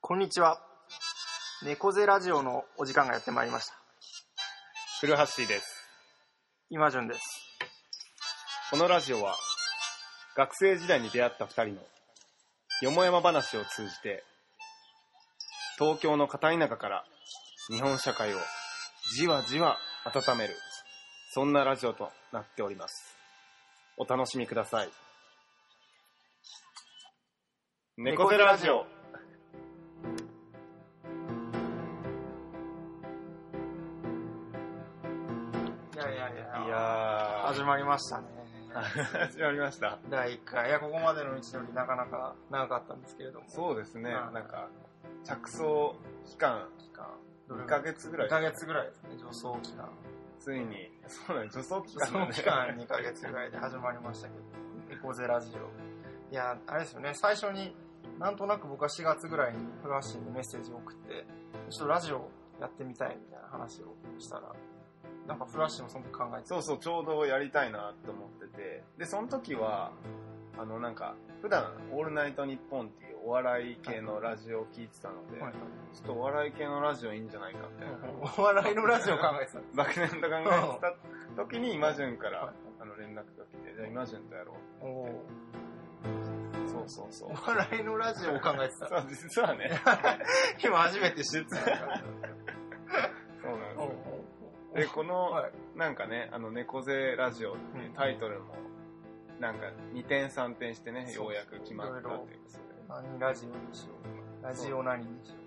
こんにちは。猫背ラジオのお時間がやってまいりました。古橋です。今順です。このラジオは、学生時代に出会った二人の、よもやま話を通じて、東京の片田舎から日本社会をじわじわ温める、そんなラジオとなっております。お楽しみください。猫背ラジオ。いやいやいや、いや始ー、まりましたね。始まりました。第1回。いや、ここまでの道のりなかなか長かったんですけれども。そうですね、うんなんか、着想期間、期間。 2ヶ月ぐらい2ヶ月ぐらいですね、助走期間。ついに、そうだね、助走期間そだのね期間2ヶ月 ぐらいで始まりましたけど、猫背ラジオ。いや、あれですよね、最初に、なんとなく僕は4月ぐらいにフラッシーにメッセージを送って、ちょっとラジオやってみたいみたいな話をしたら、なんかフラッシーもその時考えてた。そうそう、ちょうどやりたいなと思ってて。で、その時は、あの、なんか、普段、オールナイトニッポンっていうお笑い系のラジオを聞いてたので、はいちょっとお笑い系のラジオいいんじゃないかみたいな、 お笑いのラジオ考えてた。漠然と考えてた時に、今順かはらい、あの、連絡が来て、じゃあ今順とやろおおーう。そうそうそう お。笑いのラジオを考えてそた。う、実はね、今初めて知った。そうなおうんですよ。で、おこうの、はいなんかね、あの、猫背ラジオっていうタイトルも、なんか、2点3点してね、ようやく決まったということで。何ラジオにしよう。ラジオ何にしよう。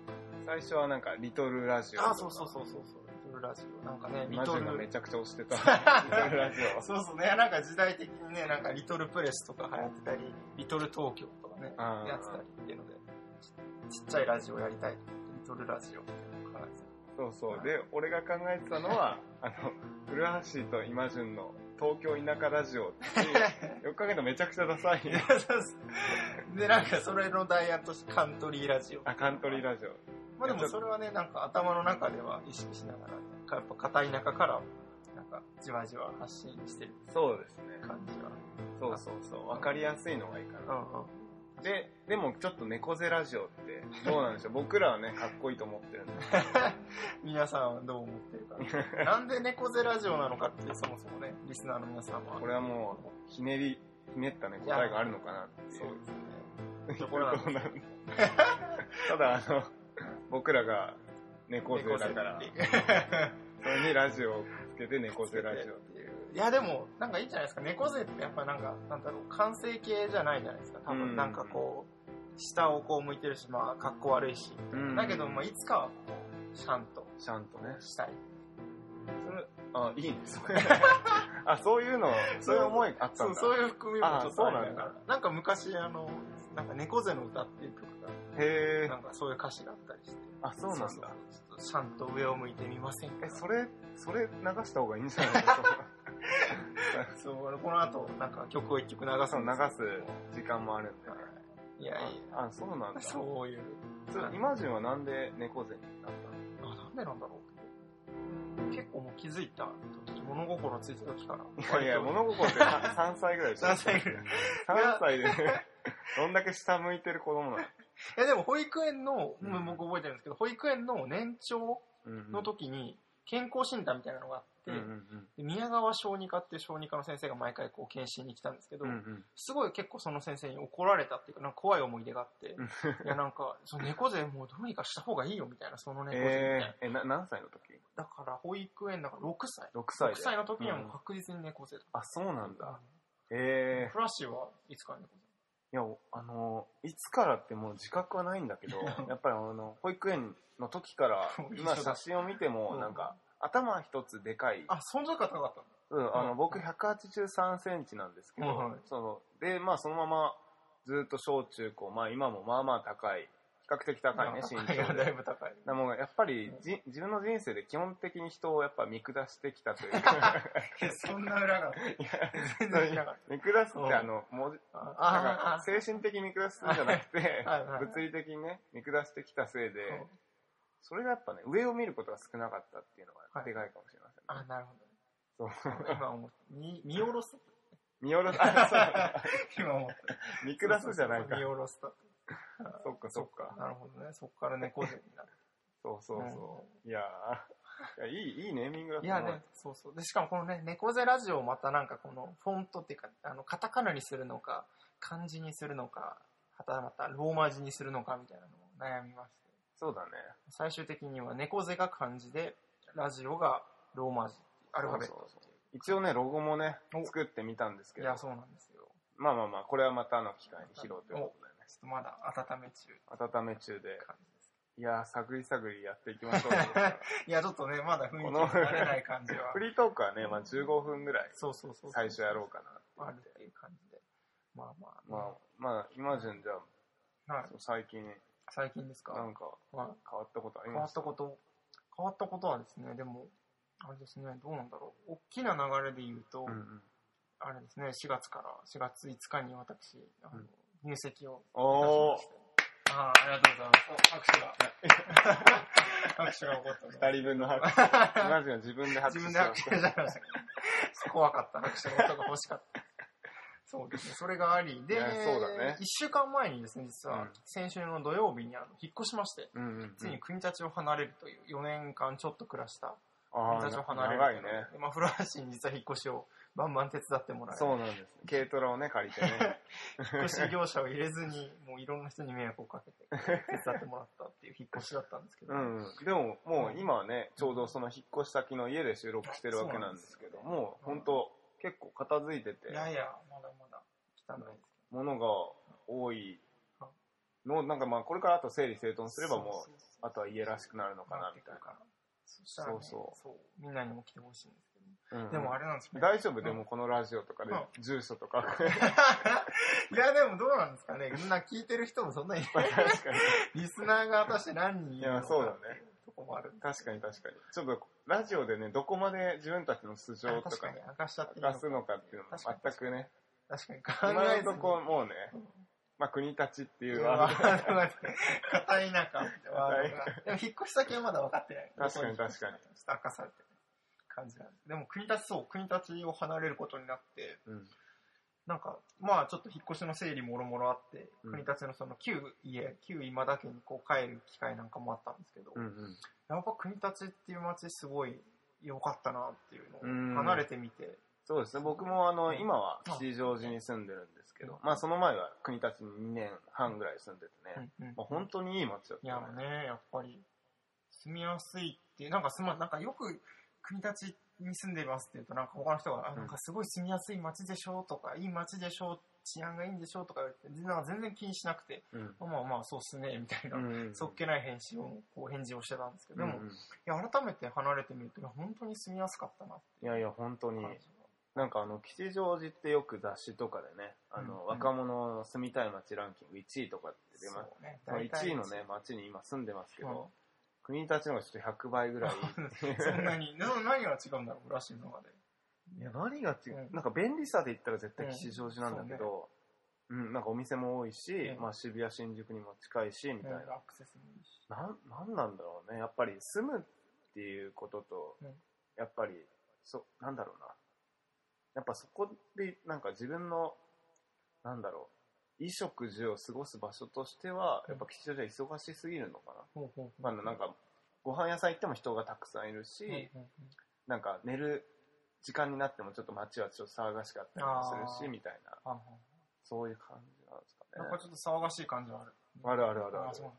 最初はなんか、リトルラジオ。あ、そうそうそうそうそう。リトルラジオ。なんかね、リマジトがめル。ちゃくちゃ押してた。 リトルラジオ。そうそうね、なんか時代的にね、なんかリトルプレスとか流行ってたり、リトル東京とかね、あーやってたりっていうので、ちっちゃいラジオやりたい。リトルラジオみたいなの考えてた。そうそう。で、俺が考えてたのは、あの、古橋と今順の東京田舎ラジオって いう、よく考えたらめちゃくちゃダサい。そうそうで、なんかそれの代案としてカントリーラジオ。あ、カントリーラジオ。まあでもそれはね、なんか頭の中では意識しながら、ね、やっぱ片田舎から、なんかじわじわ発信してるそうですね。感じは。そうそうそう。わかりやすいのがいいかうな。んうん。で、でもちょっと猫背ラジオって、どうなん でしょう。僕らはね、かっこいいと思ってるんで。皆さんはどう思ってる かな。なんで猫背ラジオなのかって、そもそもね、リスナーの皆さんは。これはもう、ひねり、ひねったね、答えがあるのかなっていう。そうですね。ところなんだただあの僕らが猫背だから猫背っていうそれにラジオをつけて猫背ラジオっていう。いや、でも、なんかいいんじゃないですか。猫背ってやっぱなんか、なんだろう、完成形じゃないじゃないですか。多う分、んなんかこう、下をこう向いてるし、まあ、格好悪いし。うんだけど、まあ、いつかはこう、ちゃんとちゃんとねしたい。それあいいね それあそういうのそういう思いがあったそんう、だそういう含みもちょっとああるそうなんんだだから。なんか昔、あの、なんか猫背の歌っていう曲が、へえなんかそういう歌詞があったりして。あそうなんだそうそうちょっとちゃんと上を向いてみませんかえそれそれ流した方がいいんじゃないか そう、あのこの後、なんか曲を一曲流そすうん流ですよす時間もあるんでねいやいや、あそうなんだそうそういう。今順はなんで猫背になったのあ、なんでなんだろう。結構もう気づいた時、物心ついた時から。割といやいや、物心ってさ3歳ぐらいでしょ3歳ぐらい。 3歳で ね、どんだけ下向いてる子供なのいやでも保育園の、うんもう僕覚えてるんですけど、保育園の年長うんの時に健康診断みたいなのがあって、うんうんで宮川小児科っていう小児科の先生が毎回こう検診に来たんですけど、うんうんうんすごい結構その先生に怒られたっていうか、なんか怖い思い出があってう、いやなんか、その猫背もうどうにかした方がいいよみたいな、その猫背みたいな。えー、えな何歳の時だから保育園だから6歳。 6 6歳で歳の時にはもう確実に猫背だ。あそうなんだえフラッシュはいつから猫ー、いやあのいつからってもう自覚はないんだ けどやっぱりあの保育園の時から今写真を見てうもんなんか頭一つでかい背あ、その時から高かったのうん、あうのん僕183センチなんですけど、はいそのでまあそのままずっと小中高まあ今もまあまあ高い比較的高いね身いや長だいで。ぶ高い。でもやっぱりじ自分の人生で基本的に人をやっぱ見下してきたという かそんな裏が。いや全然知らなかっ見下すうっんてあのもうた。 なんかあ精神的に見下すんじゃなくてはいはいはい物理的にね見下してきたせいでそうそれがやっぱね上を見ることが少なかったっていうのがでかいかもしれませんね。あ、あなるほそうど。今思った。見、見下ろす。見下ろすあそう今思った。見下すじゃないそうかそう見下ろすと。そっかそっか。なるほどね。そこから猫背になる。そうそうそう。いや ーいやいい、いいネーミングだいったやね、そうそう。で、しかもこのね、猫背ラジオをまたなんかこのフォントっていうか、あの、カタカナにするのか、漢字にするのか、はたまたローマ字にするのかみたいなのを悩みまして。そうだね。最終的には猫背が漢字で、ラジオがローマ字、アルファベットそうそうそう一応ね、ロゴもね、お作ってみたんですけいどや、。そうなんですよ。まあまあまあ、これはまたの機会に披露ということでね。ちょっとまだ温め中って温め中で。感じです。いやー、探り探りやっていきましょう。 いや、ちょっとね、まだ雰囲気こがの慣れない感じ はフ。リートークはね、まあ15分ぐらいそうそうそう。最初やろうかあなるっていう感じで。まあまあ、まあまあ、今順じゃあ。はいあ、そう最近、最近ですか、なんかはい変わったことあり変わまっしたたこと、変わったことはですね、でも、あれですね、どうなんだろう。大きな流れで言うと、うんうんあれですね、4月から、4月5日に私、あのうん入籍をいたしおまーして。あーありがとうござい ます。お拍手が。拍手が起こった。二人分の拍手。 今順は自分で拍自手分しでま拍手し したちゃいましたけど怖かった、拍手の音が欲しかった。そうですね、それがあり。で、いやそうだね1週間前にですね、実うはん、先週の土曜日にあの引っ越しまして、うんうんうんついに国立を離れるという、4年間ちょっと暮らしたあ国立をー離れる長いね。でまあ、古橋に実は引っ越しをバンバン手伝ってもらえそうなんです。軽トラをね、借り てね。引っ越し業者を入れずに、もういろんな人に迷惑をかけて、手伝ってもらったっていう引っ越しだったんですけど、うんうん。でも、もう今はね、ちょうどその引っ越し先の家で収録してるわけなんですけども、そうな本んです当結構片付いててい、やいや、まだまだ汚いですものが多いの、なんかまあ、これからあと整理整頓すればもう、うそうあとは家らしくなるのかななっ、てみくたいるから。そしたらねそうそう。みんなにも来てほしいんですけど、ねな。うんでもあれなんですね。大丈夫でうんもこのラジオとかでう住所とか。 いや、でもどうなんですかね。みんな聞いてる人もそんなに、 確かリスナーが果たして何人に。いいるのや、かそうだね。とこもある。確かに確かに。ちょっと、ラジオでね、どこまで自分たちの素性あと確かかに、明かしちゃってい明いのかかすのかっていうのも確かに全くね、確かに考今えのずとに。こもうねうん、まあ国立っていうわワードかんない硬いなかってワードが。でも引っ越し先はまだ分かってない。確かに確かにちょっと明かされてる感じなんです。でも国立そう、国立を離れることになって、うんなんか、まあちょっと引っ越しの整理もろもろあって、うん国立のその旧家、旧今だけにこう帰る機会なんかもあったんですけど、うんやっぱ国立っていう街すごい良かったなっていううんのを離れてみて、そうですね、僕もあの、うん今は吉祥寺に住んでるんですけうどん、まあその前は国立に2年半ぐらい住んでてうね、んうんまあ本当にいい街だっいやたね。ね、やっぱり、住みやすいって、なんかすま、なんかよく国立に住んでますって言うと、なんか他の人が、あうんなんかすごい住みやすい街でしょとか、いい街でしょ治安がいいんでしょとか言って、なんか全然気にしなくて、うんまあまあまあ、そうっすね、みたいな、うんそっけない返信を、こう返事をしてたんですけど、でも、うんうんいや、改めて離れてみると、いや本当に住みやすかったなっいやいや、本当てに感。なんかあの、吉祥寺ってよく雑誌とかでね、あの、うんうん若者の住みたい街ランキング1位とかってじ出が。ます。うねまあ、1位のね、、街に今住んでますけど、 国立の方がちょっと100倍ぐらい。大体 そんなに、な何が違うんだろう、らしいの中で。いや、何が違う、うんなんか便利さで言ったら絶対吉祥寺なんだけど、うん、なんかお店も多いし、うんまあ渋谷、新宿にも近いし、みたいな。うんアクセスもいいし。なん、なんなんだろうね。やっぱり住むっていうことと、うんやっぱり、そ、なんだろうな。やっぱそこで、なんか自分の、なんだろう、衣食住を過ごす場所としては、うんやっぱ吉祥寺は忙しすぎるのかほうほうほうな。まあ、なんか、ご飯屋さん行っても人がたくさんいるし、うんうんうんなんか寝る時間になってもちょっと街はちょっと騒がしかったりもするあし、ーみたいな、あはそういう感じなんですいなかんねか。ちょっと騒がしい感じはある。あるあるあるあある。そう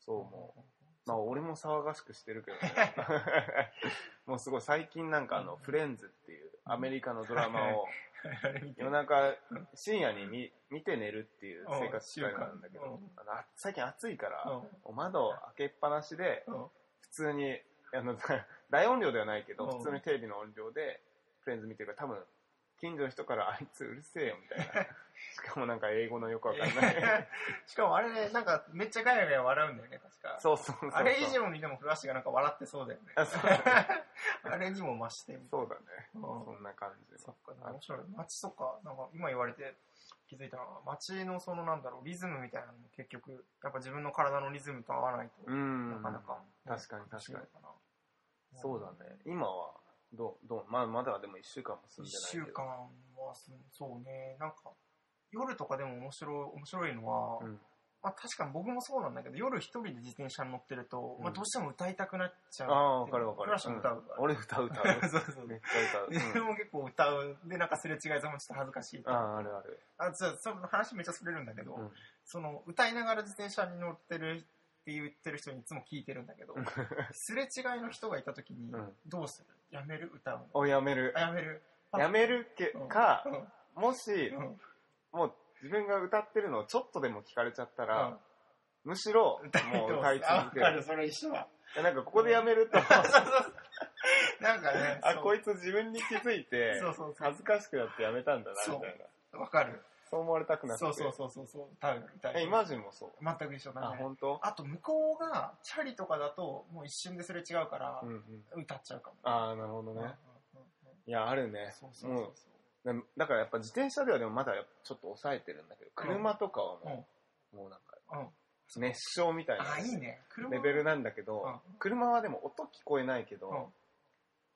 そなうんだ。思う。 まあ俺も騒がしくしてるけどね。もうすごい最近なんかあの、フレンズっていうアメリカのドラマをあれ見て夜中、深夜に見見て寝るっていう生活スタイルなんだけうんど、あのあ最近暑いから、うお窓を開けっぱなしで、んうん普通に、あの、 大音量ではないけど、うん普通にテレビの音量でフレンズ見てるから多分、近所の人からあいつうるせえよみ たいな。しかもなんか英語のよくわかんない。しかもあれね、なんかめっちゃガヤガヤ笑うんだよね、確か。そうそうそうそう。あれ以上にでもフラッシュがなんか笑ってそうだよね。あそうだ あれにも増してみたいそうだね。うんそんな感じ。そっか、面白い。街とか、なんか今言われて気づいたのは、街のそのなんだろう、リズムみたいなのも結局、やっぱ自分の体のリズムと合わないと、うん。なかなか。確かに確かに。にそうだね。今は、どう、どう、まあ、まだでも一週間も住ん一でないけ週ど。間はすそうねなんか夜とかでも面白い面白いのは、うん。まあ確かに僕もそうなんだけど、夜一人で自転車に乗ってると、うんまあどうしても歌いたくなっちゃう。ああ、わかるわかる。クラシック歌ううん俺歌う歌 う。そうそうめっちゃで歌う。うんも結構歌う。で、なんかすれ違いざもちょっと恥ずかしい。ああ、あるある。あ、ちょ、その話めっちゃすれるんだけど、うんその歌いながら自転車に乗ってるって言ってる人にいつも聞いてるんだけど、すれ違いの人がいた時にうん、どうするやめる歌うの。お、やめるあ、。やめる。やめるけうんかう、んもし、うんもう自分が歌ってるのをちょっとでも聞かれちゃったら、むしろ、もう歌いあわ続けかるる、。それ一緒 だ。いやなんかここでやめると、なんかね、あ、そうこいつ自分に気づいてそうそう、そう恥ずかしくなってやめたんだな、みたいな。わかる。そう思われたくなくて。そうそうそうそうそう、歌う歌うえ、イマジンもそう。全く一緒だあ、ね。本当？あと向こうがチャリとかだともう一瞬ですれ違うからうんうん。歌っちゃうかも。ああ、なるほどうんうんうね。んうんいや、あるね。そうそうそうそう。もうだからやっぱ自転車ではでもまだちょっと抑えてるんだけど、車とかはもう、もうなんか、うん。熱唱みたいあ、いいなね。車レベルなんだけど、うん車はでも音聞こえないけど、うん。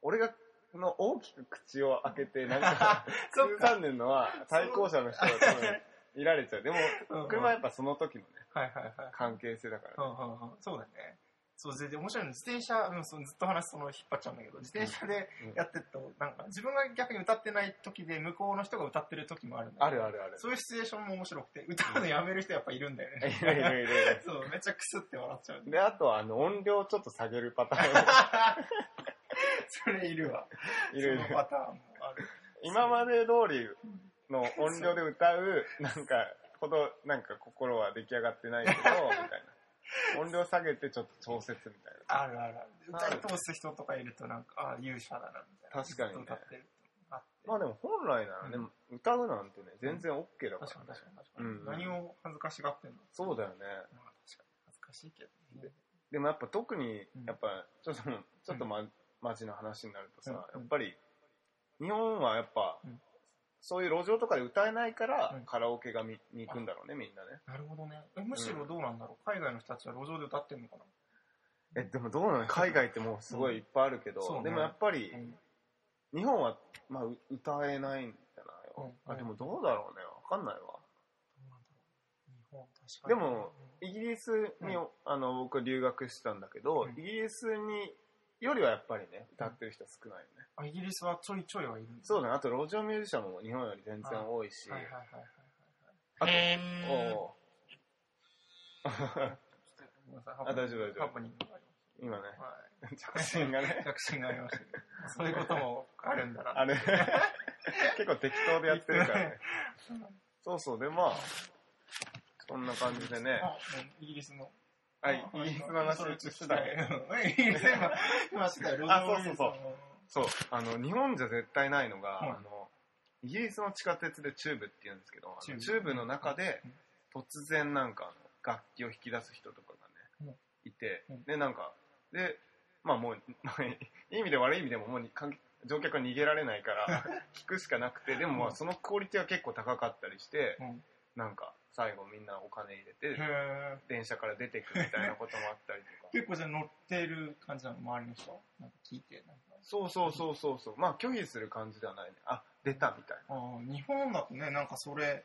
俺が、この大きく口を開けて、なんか、 そっ通か。んでるのは、対向車の人が多分、いられちゃう。 でも、うんうん車はやっぱその時のね、はいはいはい。関係性だからね。うんうんうんそうだね。そう、全然面白いの。自転車、うん、そうずっと話その引っ張っちゃうんだけど、自転車でうんやってると、なんか自分が逆に歌ってない時で向こうの人が歌ってる時もあるんだけどあるあるある。そういうシチュエーションも面白くて、歌うのやめる人やっぱいるんだよね。 いるいるい るそう、めっちゃクスって笑っちゃういる。。で、あとは、あの、音量ちょっと下げるパター それいるわ。ン。いるい そのる。パターンもある。今まで通りの音量で歌う、なんか、ほど、なんか心は出来上がってないけど、み たいな。音量下げてちょっと調節みたいな。あるあるある。歌い通す人とかいるとなんか、ああ、勇者だな、みたいな。確かにねずっと歌ってるとあって。まあでも本来ならね、歌うなんてね、全然 OK だから確かにね。確かに確かに。うん何を恥ずかしがってんのそうだよね。まあ確かに恥ずかしいけどね。でもやっぱ特にうん、やっぱ、ちょっと、ちょっとま、マジな話になるとさ、うんやっぱり、日本はやっぱうん、そういう路上とかで歌えないからうん、カラオケが見に行くんだろうね、みんなね。なるほどね。えむしろどうなんだろう、海外の人たちは路上で歌ってんのかなえ、でもどうなの海外ってもうすごいいっぱいあるけどうんそう、ねでもやっぱりう、ん日本は、まあ、う歌えないんじゃないよ、うんあ、でもどうだろうね。わかんないわ。どうなんだろう日本確かに。でもイギリスに、うあの、僕は留学してたんだけど、うんイギリスに、よりはやっぱりね、歌ってる人少ないよね。うん、あイギリスはちょいちょいはいるんだそうだね。あと、路上ミュージシャンも日本より全然多いし。はいはいはいはいあとはい。へおーうごめんなおうさいあ大丈夫大丈夫ハプニングがあり 今ね、ま着信がす。はい。ね、確信がありま したけど。そういうこともあるんだな。あれ、 結構適当でやってるから ね。そうそう、で、まあ、そんな感じでね、あうんイギリスの。あ、イギリスの話して たね。うんイギリス今、今してたよ。あそうそうそう路上の。そう、あの、日本じゃ絶対ないのが、うんあの、イギリスの地下鉄でチューブって言うんですけど、あのチューブチューブの中でうん、突然なんかあの、楽器を引き出す人とかがうんね、いてうん、で、なんか、で、まあもう、いい意味で悪い意味でももうに関係乗客は逃げられないから、聞くしかなくて、でもまうあんそのクオリティは結構高かったりしてう、んなんか、最後みんなお金入れて、へー電車から出てくみたいなこともあったりとか。結構じゃあ乗ってる感じなの、周りの人。なんか聞いて。なんかそうそうそうそうそう。まあ拒否する感じではないね。あ、出たみたいな。あー日本だとね、なんかそれ、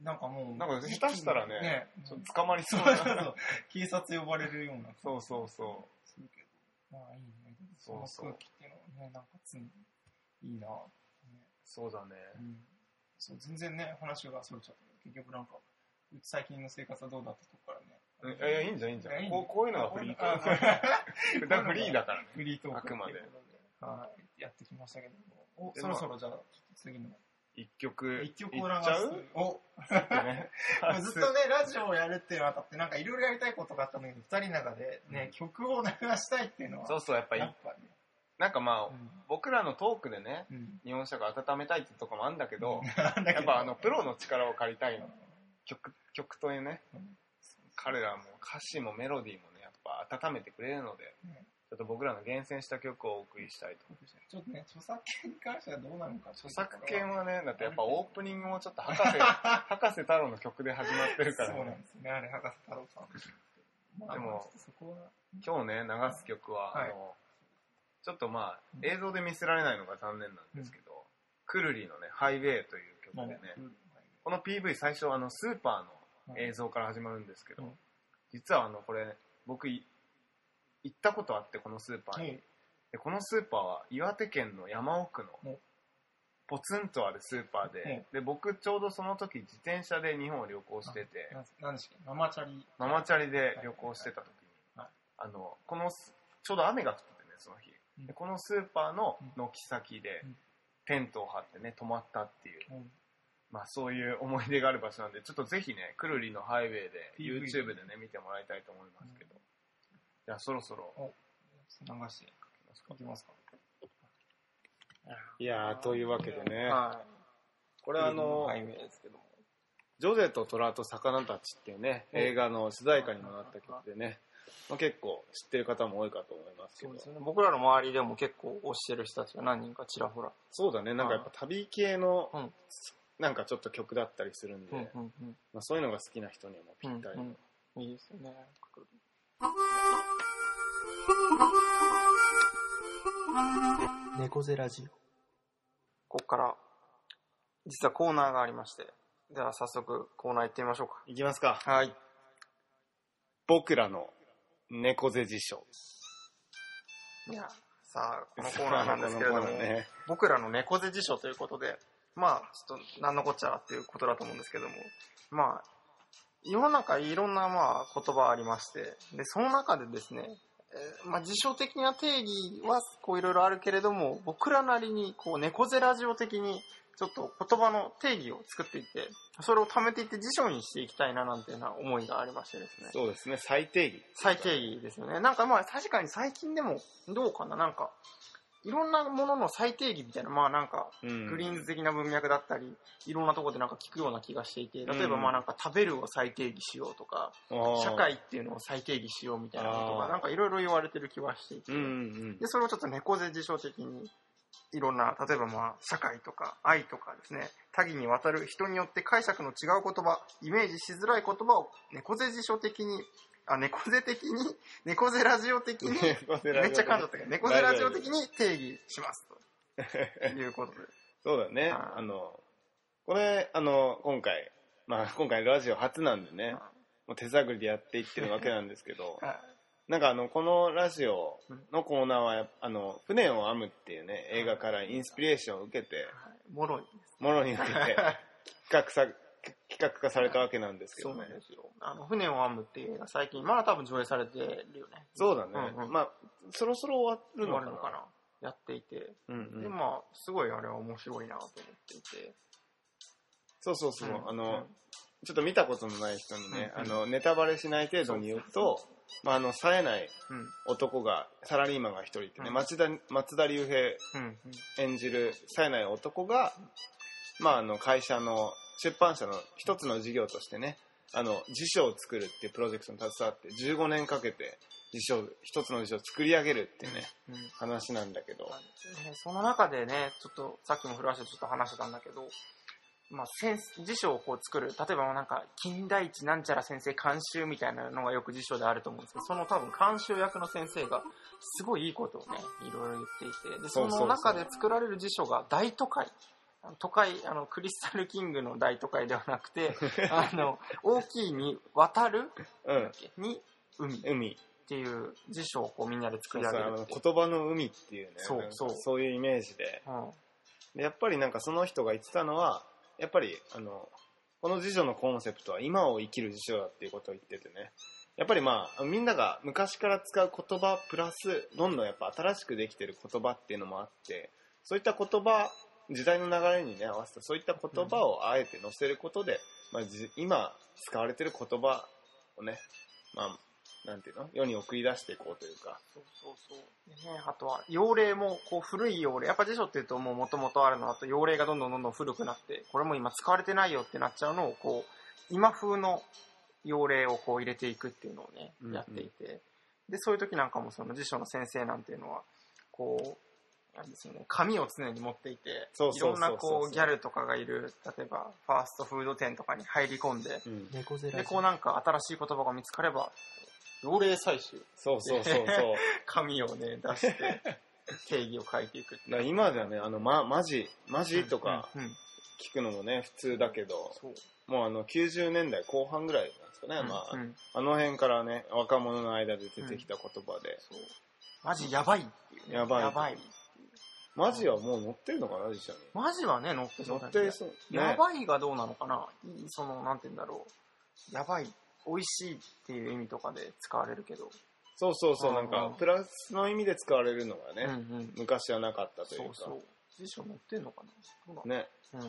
なんかもう。なんか下手したらねちょっと捕まりそそううそうそな。う。警察呼ばれるような。そうそうそするけど。まあいいね。そそうのそう空気っていうのはね、なんか常にいいな。ねそうだね。うん、そう全然ね、話がそれちゃったけど結局なんか、うち最近の生活はどうだってとこかうんらいね。やいいんじゃん、いいんじゃいやいん。いこうこういうのがフリートあそうーク。だフリーだからね。フリートークあくまでということではい。やってきましたけども。お、でそろそろじゃあ、ちょっと次の。一曲。一曲いをっ流ちゃす う。お、ってね。ずっとね、ラジオをやるっていうのあたって、なんかいろいろやりたいことがあったんだけど、二人の中でね、うん曲を流したいっていうのは、そうそう、やっぱやりっ、ぱね。なんかまうあ、ん僕らのトークでね、うん。日本社が温めたいってとこもあるんだけど、なんだけやどっぱあの、プロの力を借りたいの。曲、曲というねうん、彼らも歌詞もメロディーもね、やっぱ温めてくれるのでね、ちょっと僕らの厳選した曲をお送りしたいと。ちょっとね、著作権に関してはどうなのか。著作権は。はね、だってやっぱオープニングもちょっと博 士、博士太郎の曲で始まってるからそうなねん。ですね、あれ、博士太郎さん。まあ、でもちょっとそこは、今日ね、流す曲は、はいあの、ちょっとまあ、うん映像で見せられないのが残念なんですけど、くるりのね、ハイウェイという曲でね、この PV 最初あの、スーパーのはい映像から始まるんですけど、うん実はあのこれ僕い行ったことあってこのスーパーに、はいでこのスーパーは岩手県の山奥はのいポツンとあるスーパーで,、はいで僕ちょうどその時自転車で日本を旅行してて、なんなんでしたっけママチャリ。ママチャリで旅行してた時に、はいあのこのすちょうど雨が降っててねその日、うんでこのスーパーのうん軒先でうんテントを張ってね泊まったっていう、うんまあ、そういう思い出がある場所なんでちょっとぜひねくるりのハイウェイで PV YouTube でね見てもらいたいと思いますけど、じゃあそろそろ流していきますか。いやーというわけでね、はい。ここれあの、はい、ですけども。ジョゼと虎と魚たち」っていうねうん映画の主題歌にもなった曲でね、まあ、結構知ってる方も多いかと思いますけそうどですよね。僕らの周りでも結構推してる人たちが何人かちらほら。そうだね、なんかやっぱ旅系のうん、なんかちょっと曲だったりするんで、うんうんうん。まあ、そういうのが好きな人にはもうぴったりの、うんうん、いいですよね。猫背ラジオ。ここから、実はコーナーがありまして、では早速コーナー行ってみましょういきますか。か。はい。僕らの猫背辞書。いや、さあ、このコーナーなんですけ れども、このコーナーね、僕らの猫背辞書ということで、まあ、ちょっと何のこっちゃらっていうことだと思うんですけども、まあ、世の中いろんなまあ言葉ありまして、で、その中でですね、えーまあ、辞書的な定義はこういろいろあるけれども、僕らなりにこう猫背ラジオ的にちょっと言葉の定義を作っていって、それを貯めていって辞書にしていきたいななんていうような思いがありましてですね。そうですね、最定義。最定義ですよね。なんかまあ確かに最近でもどうかななんか、いろんなものの最定義みたいな、まあなんか、うん。グリーンズ的な文脈だったり、いろんなところでなんか聞くような気がしていて、例えばうんまあなんか食べるを最定義しようとか、あー社。会っていうのを最定義しようみたいなことあがーなんかいろいろ言われてる気はしていて、うんうんで、それをちょっと猫背辞書的に、いろんな、例えばまあ、社会とか愛とかですね、多岐にわたる人によって解釈の違う言葉、イメージしづらい言葉を猫背辞書的に、あ、猫背的に、 猫背ラジオ的うん。に、猫背ラジオめっちゃ噛んじゃったけど、猫背ラジオ的に定義します。と いうことで。そうだね。あーあの、これ、あの、今回、まあ今回ラジオ初なんでね、もう手探りでやっていってるわけなんですけ ど、はなんかあの、このラジオのコーナーは、あの、船を編むっていうね、映画からインスピレーションを受けて、い。もろい。ものに受けて、 企画 さ、企画化されたわけなんですけそどうねなん。ですよ。あの、船を編むっていう映画、最近、まだ多分上映されてるよね。そうだね。うんうんまあ、そろそろ終わる終のわかるな。のかなやっていて。うんうで、ん、まあ、すごいあれは面白いなと思っていて。そうそうそう。うんあの、うんちょっと見たことのない人にね、うんうんあの、ネタバレしない程度に言うと、まあ、あの、冴えないうん。男が、サラリーマンが一人いてね、うん松田、松田龍平うん。うん演じる冴えない男が、まあ、あの会社の出版社の一つの事業としてねあの辞書を作るっていうプロジェクトに携わって15年かけて辞書一つの辞書を作り上げるっていうねうん話なんだけどなんですよねその中でね、ちょっとさっきもフラッシュでちょっと話してたんだけど、まあ、先辞書をこう作る、例えばなんか、金田一なんちゃら先生監修みたいなのがよく辞書であると思うんですけど、その多分監修役の先生が、すごいいいことをね、いろいろ言っていて、で、そそうそうそうの中で作られる辞書が大都会。都会、あの、クリスタルキングの大都会ではなく て、あの、大きいに渡るうんに海っ海ていう辞書をこうみんなで作そうり上そげうるあっのていう言葉の海っていうねそうなんかそうそういうイメージでうんでやっぱりなんかその人が言ってたのはやっぱりあのこの辞書のコンセプトは今を生きる辞書だっていうことを言っててねやっぱりまあみんなが昔から使う言葉プラスどんどんやっぱ新しくできてる言葉っていうのもあってそういった言葉時代の流れにね合わせたそういった言葉をあえて載せることで、まあ、じ今使われてる言葉をねまあなんていうの世に送り出していこうというかそうそうそう。でね、あとは、用例も、こう、古い用例。やっぱ辞書っていうと、もう元々あるのあと、用例がどんどんどんどん古くなって、これも今使われてないよってなっちゃうのを、こう、今風の用例をこう入れていくっていうのをねうんう、んやっていて。で、そういう時なんかも、その辞書の先生なんていうのは、こう、あれですよね、紙を常に持っていて、そういそうろそうんそうなこう、ギャルとかがいる、例えば、ファーストフード店とかに入り込んで、で、こうなんか新しい言葉が見つかれば、用例採集そうそうそうそう紙をね、出 して、定義を書いていくってだから今じゃね、あの、ま、マジ、マジとかうんうん聞くのもね、普通だけど、そう。もうあの90年代後半ぐらいなんですかね、まあ、うんあの辺からね若者の間で出てきた言葉で、そうマジやばい。やばいやばい。マジはもう乗ってるのかな実際にマジはね、乗ってそ乗うだっねてそうねやばいがどうなのかないその、なんて言うんだろう。やばい、美味しいっていう意味とかで使われるけど。そうそうそううんなんかプラスの意味で使われるのがね、うんうん。昔はなかったというそうかそう。辞書載ってんのかなどうなねの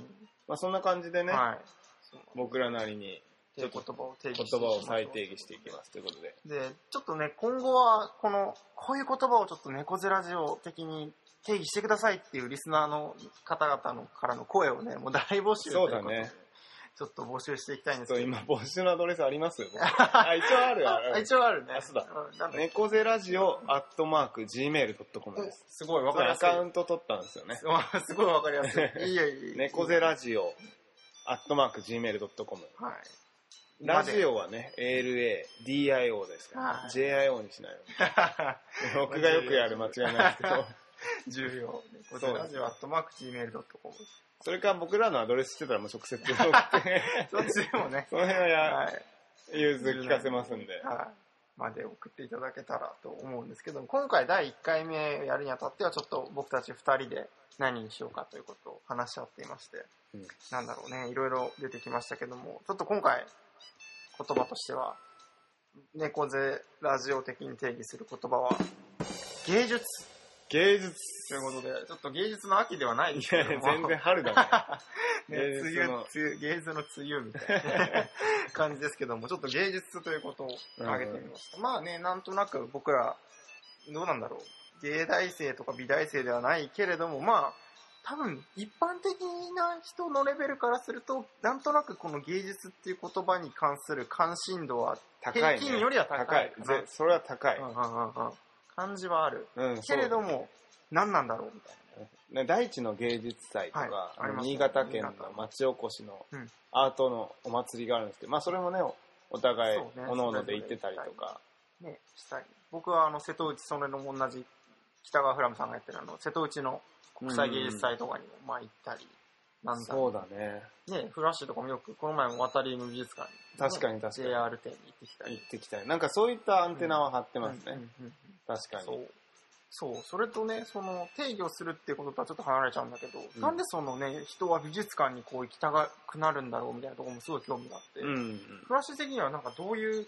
まあそんな感じでうん。ね、はい。そう僕らなりにっていう言葉を定義言葉を再定義していきますということで、で、ちょっとね、今後は、この、こういう言葉をちょっと猫背ラジオ的に定義してくださいっていうリスナーの方々のからの声をね、もう大募集ということそうだねでちょっと募集していきたいんですそうけど。今募集のアドレスあります あ一応あるあある一応あるね。あそうだうん。なんだっけ猫背ラジオアットマーク Gmail.com ですすごいわこかれりやアすいカ。ウント取ったんですよ ねすごいわかりやす い。いいよいいよ。猫背ラジオアットマーク Gmail.com オ。はい。ラジオはね、ALADIO ですから、はい JIO にしないように。僕がよくやる間違いないですけど。 重要。猫そ背うラジオアットマーク Gmail.com。それから僕らのアドレスしてたらもう直接送って、。そっちでもねその辺はや、はい。融通聞かせますんで。はい、まで送っていただけたらと思うんですけども今回第1回目やるにあたってはちょっと僕たち2人で何にしようかということを話し合っていまして、うんなんだろうねいろいろ出てきましたけどもちょっと今回言葉としては猫背ラジオ的に定義する言葉は芸術芸術。ということでちょっと芸術の秋ではないでいすけや、ども 全然春だね。ね、芸梅術雨、の梅雨、芸術の梅雨みたいな感じですけども、ちょっと芸術ということを挙げてみました。まあね、なんとなく僕ら、どうなんだろう。芸大生とか美大生ではないけれども、まあ、多分、一般的な人のレベルからすると、なんとなくこの芸術っていう言葉に関する関心度は、高い、平ね。均よりは高いぜそれは高い。うんうんうんうん感じはある。うん、けれども。も、何なんだろうみたいね大地の芸術祭とかは、いありますね新潟新県潟の町おこしのうんアートのお祭りがあるんですけど、まあそれもね、おお互い、そうねおのおので行ってたりとか。な。ね、したい。僕はあの、瀬戸内それの同じ、北川フラムさんがやってるあの、瀬戸内の国際芸術祭とかにもまあ行ったり、なんだそうだね。ね、フラッシュとかもよく、この前も渡り犬美術館に、確かに確かに JR 店に行ってきたり。行ってきたい。なんかそういったアンテナは張ってうんますね。うんうん確かに。そう。そう。それとね、その、定義をするっていうこととはちょっと離れちゃうんだけど、うんなんでそのね、人は美術館にこう行きたくなるんだろうみたいなところもすごい興味があって、うんうん。フラッシュ的にはなんかどういう、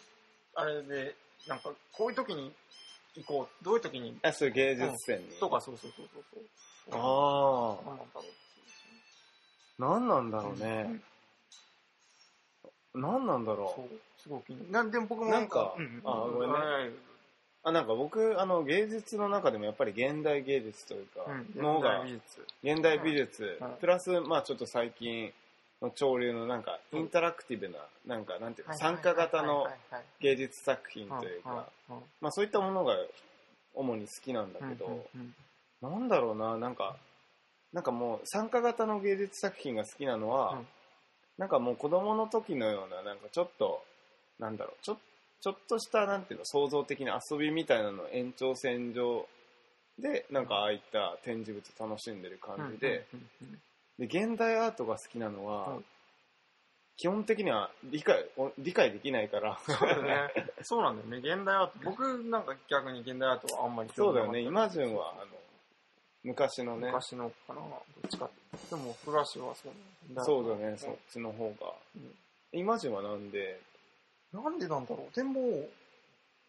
あれで、なんかこういう時に行こう、どういう時に、あ、そういう芸術展に。とかそうそうそうそうそう。あああ、なんだろう。何なんだろううねん。何なんだそろう、すごく気になる。なんでも僕もなんかうんあごめんねはいあ、なんか僕、あの、芸術の中でもやっぱり現代芸術というかうん、、の方が現代美、術。現代美術うん、プラス、まあちょっと最近の潮流のなんか、インタラクティブな、なんか、なんていうの、参加型の芸術作品というか、うん、うんまあそういったものが主に好きなんだけど、、うんうんなんだろうな、なんか、なんかもう参加型の芸術作品が好きなのは、うんなんかもう子供の時のような、なんかちょっと、なんだろう、ちょちょっとした、なんていうの、創造的な遊びみたいなの延長線上で、なんかああいった展示物楽しんでるうん感じで、、うんうんで、現代アートが好きなのは、うん基本的には理解、お理解できないから、そうだね。そうなんだよね。現代アート。僕なんか逆に現代アートはあんまり興 そう味だなかよったね、イマジュンは、あの、昔のね、昔のかな、どっちかって。でも、フラッシュはそうなんそうだね、そっちの方が。うんイマジュンはなんで、なんでなんだろう。でも、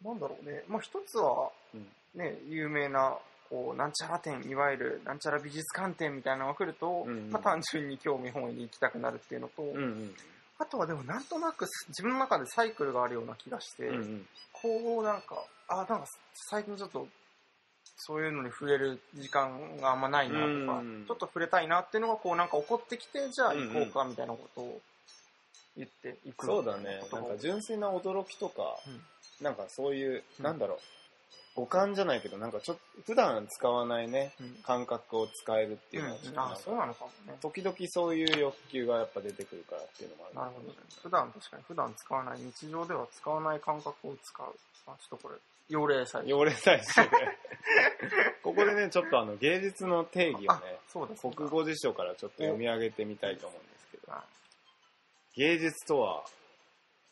なんだろうね。まあ、一つはうん、ね、有名な、こう、なんちゃら展、いわゆる、なんちゃら美術館展みたいなのが来ると、うんうんまあ、単純に興味本位に行きたくなるっていうのと、うんうんあとはでも、なんとなく自分の中でサイクルがあるような気がして、うんうんこう、なんか、あ、なんか、最近ちょっと、そういうのに触れる時間があんまないなとか、うんちょっと触れたいなっていうのが、こう、なんか起こってきて、じゃあ行こうか、みたいなことを言っていく。そうだね。なんか純粋な驚きとか、なんかそういう、うんなんだろう、五感じゃないけど、なんかちょっと、普段使わないね、うん感覚を使えるっていうのは、ちょっとなあんかそうなのかもね。時々そういう欲求がやっぱ出てくるからっていうのもなあるるほどね。普段確かに普段使わない、日常では使わない感覚を使う。あ、ちょっとこれ、幼霊祭。汚れたいしね。ここでね、ちょっとあの、芸術の定義をねあ、そうだ、そうだ国語辞書からちょっと読み上げてみたいと思うんですけど。は芸術とは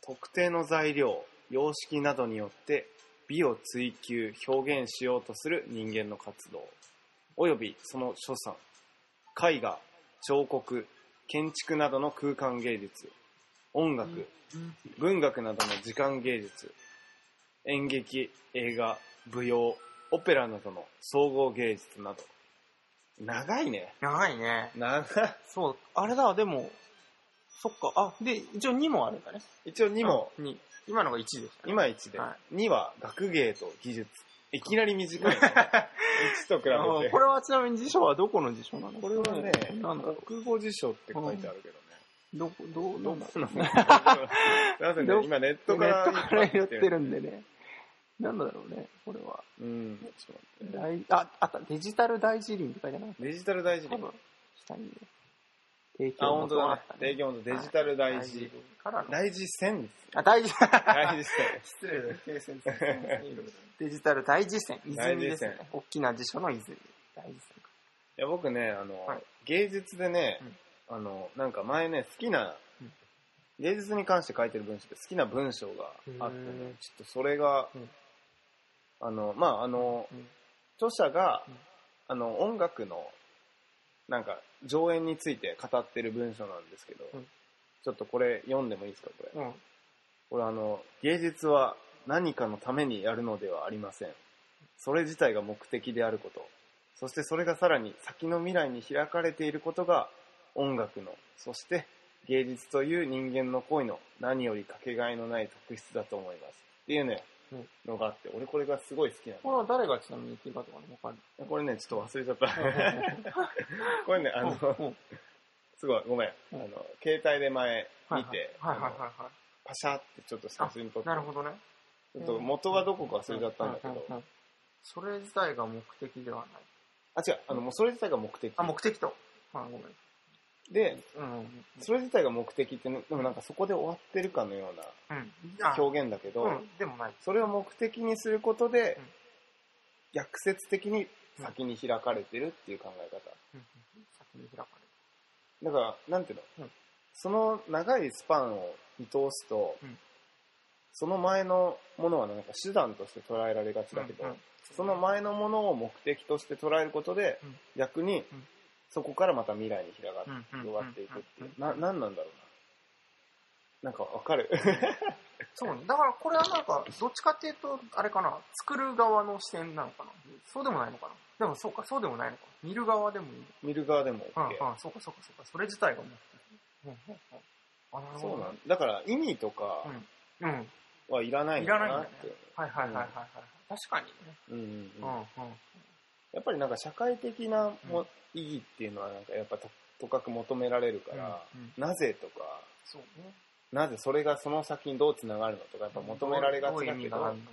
特定の材料様式などによって美を追求表現しようとする人間の活動およびその所産絵画彫刻建築などの空間芸術音楽、文学などの時間芸術演劇映画舞踊オペラなどの総合芸術など長いね長いね。長いそう、あれだ、でも、そっか、あ、で、一応2もあるんだね。一応2も、うん二今のが1でした、ね。今1で、は2は学芸と技術いきなり短 いね1と比あのべてこれはちなみに辞書はどこの辞書なのこれはねなんだろう国語辞書って書いてあるけどね、どこ、どう、どうな のなぜねど今ネッネトからットからやってるるんでね。なんだろうね、これは。うんちょっと待って大あ、あった、デジタル大辞林って書いてなかっデジタル大事た。多分、下にね。提あ本当だ元ねった提供元デジタル大事、大からの。大事 線あ、大事、大事線失礼だ、形成デジタル大事線、泉です大事ね。大きな辞書の泉。大事線か。いや僕ねあの、はい芸術でね、あのなんか前ね好きな、うん芸術に関して書いてる文章で好きな文章があってへねーちょっとそれが、うんあのまああの、うん著者が、うんあの音楽のなんか上演について語ってる文章なんですけど、うんちょっとこれ読んでもいいですかこれうん。これあの芸術は何かのためにやるのではありませんそれ自体が目的であることそしてそれがさらに先の未来に開かれていることが音楽のそして芸術という人間の恋の何よりかけがえのない特質だと思いますっていうね、うんのがあって俺これがすごい好きなこれは誰がちなみに言っていいかとかね、わかる。のこれねちょっと忘れちゃったこれね あのうんうんすごいごめんあうんの携帯で前見はいてはいはいあのはいはパシャってちょっと写真撮っい。てなるほどね。ちょっと元はどこか忘れちゃったんだけど、うううんうんそれ自体が目的ではない。あ、違う、あの、もうそれ自体が目的。あ、目的と。あ、ごめん。で、うんうんそれ自体が目的って、でもなんかそこで終わってるかのよううん。うん。あな表現だけど、うん、でもない。それを目的にすることでうん、逆説的に先に開かれてるっていう考え方。うんうん先に開かだから、なんていうの、うんその長いスパンを見通すと、うんその前のものはなんか手段として捉えられがちれだる。けど、うんうんその前のものを目的として捉えることで、うん逆にんそこからまた未来に広がってうんうんうん広がっていくっていうううんんな何なんだろうななんかわ かるそうね。だからこれはなんか、どっちかっていうと、あれかな、作る側の視点なのかな。そうでもないのかな。でもそうか、そうでもないのか。見る側でもいいの見る側でも OK、か。うんうん、そうかそうかそうか。それ自体が目的。うんうんうんあ、なるほそうどなんだから意味とかうん。うん。はいらないいのらかないんなだっねていう。はいはいはいはいはい。確かにね。うんうんううんんうん。やっぱりなんか社会的なも意義っていうのはなんかやっぱととかく求められるから、うんうんなぜとかそうね。なぜそれがその先にどうつながるのとかやっぱ求められがちだどういう意け味どがあるの